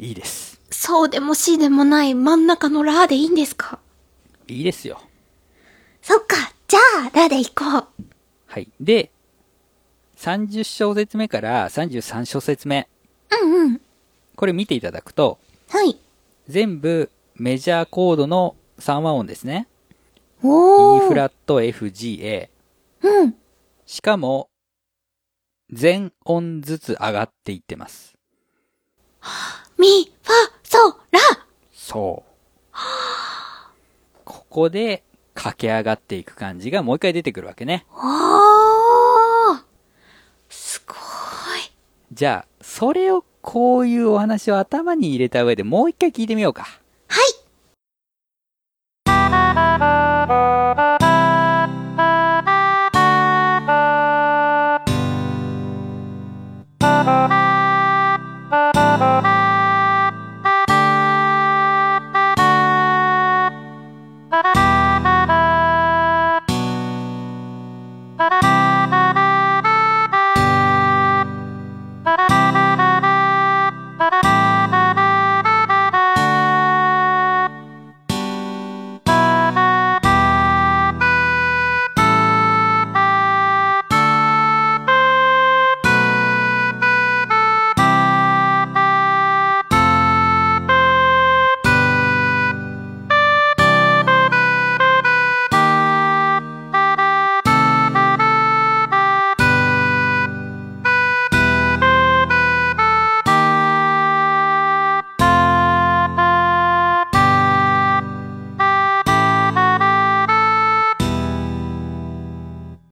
いいです。
そうでも C でもない真ん中のラーでいいんですか
いいですよ。
そっか、じゃあ、ラで行こう。
はい。で、30小節目から33小節目。
うんうん。
これ見ていただくと、
はい。
全部メジャーコードの3和音ですね。
お
E
ー。
フラット F、G、A。
うん。
しかも、全音ずつ上がっていってます。
み、ファ、ソ、ラ。
そう。ここで駆け上がっていく感じがもう一回出てくるわけね。
おー。すごい。
じゃあ、それをこういうお話を頭に入れた上でもう一回聞いてみようか。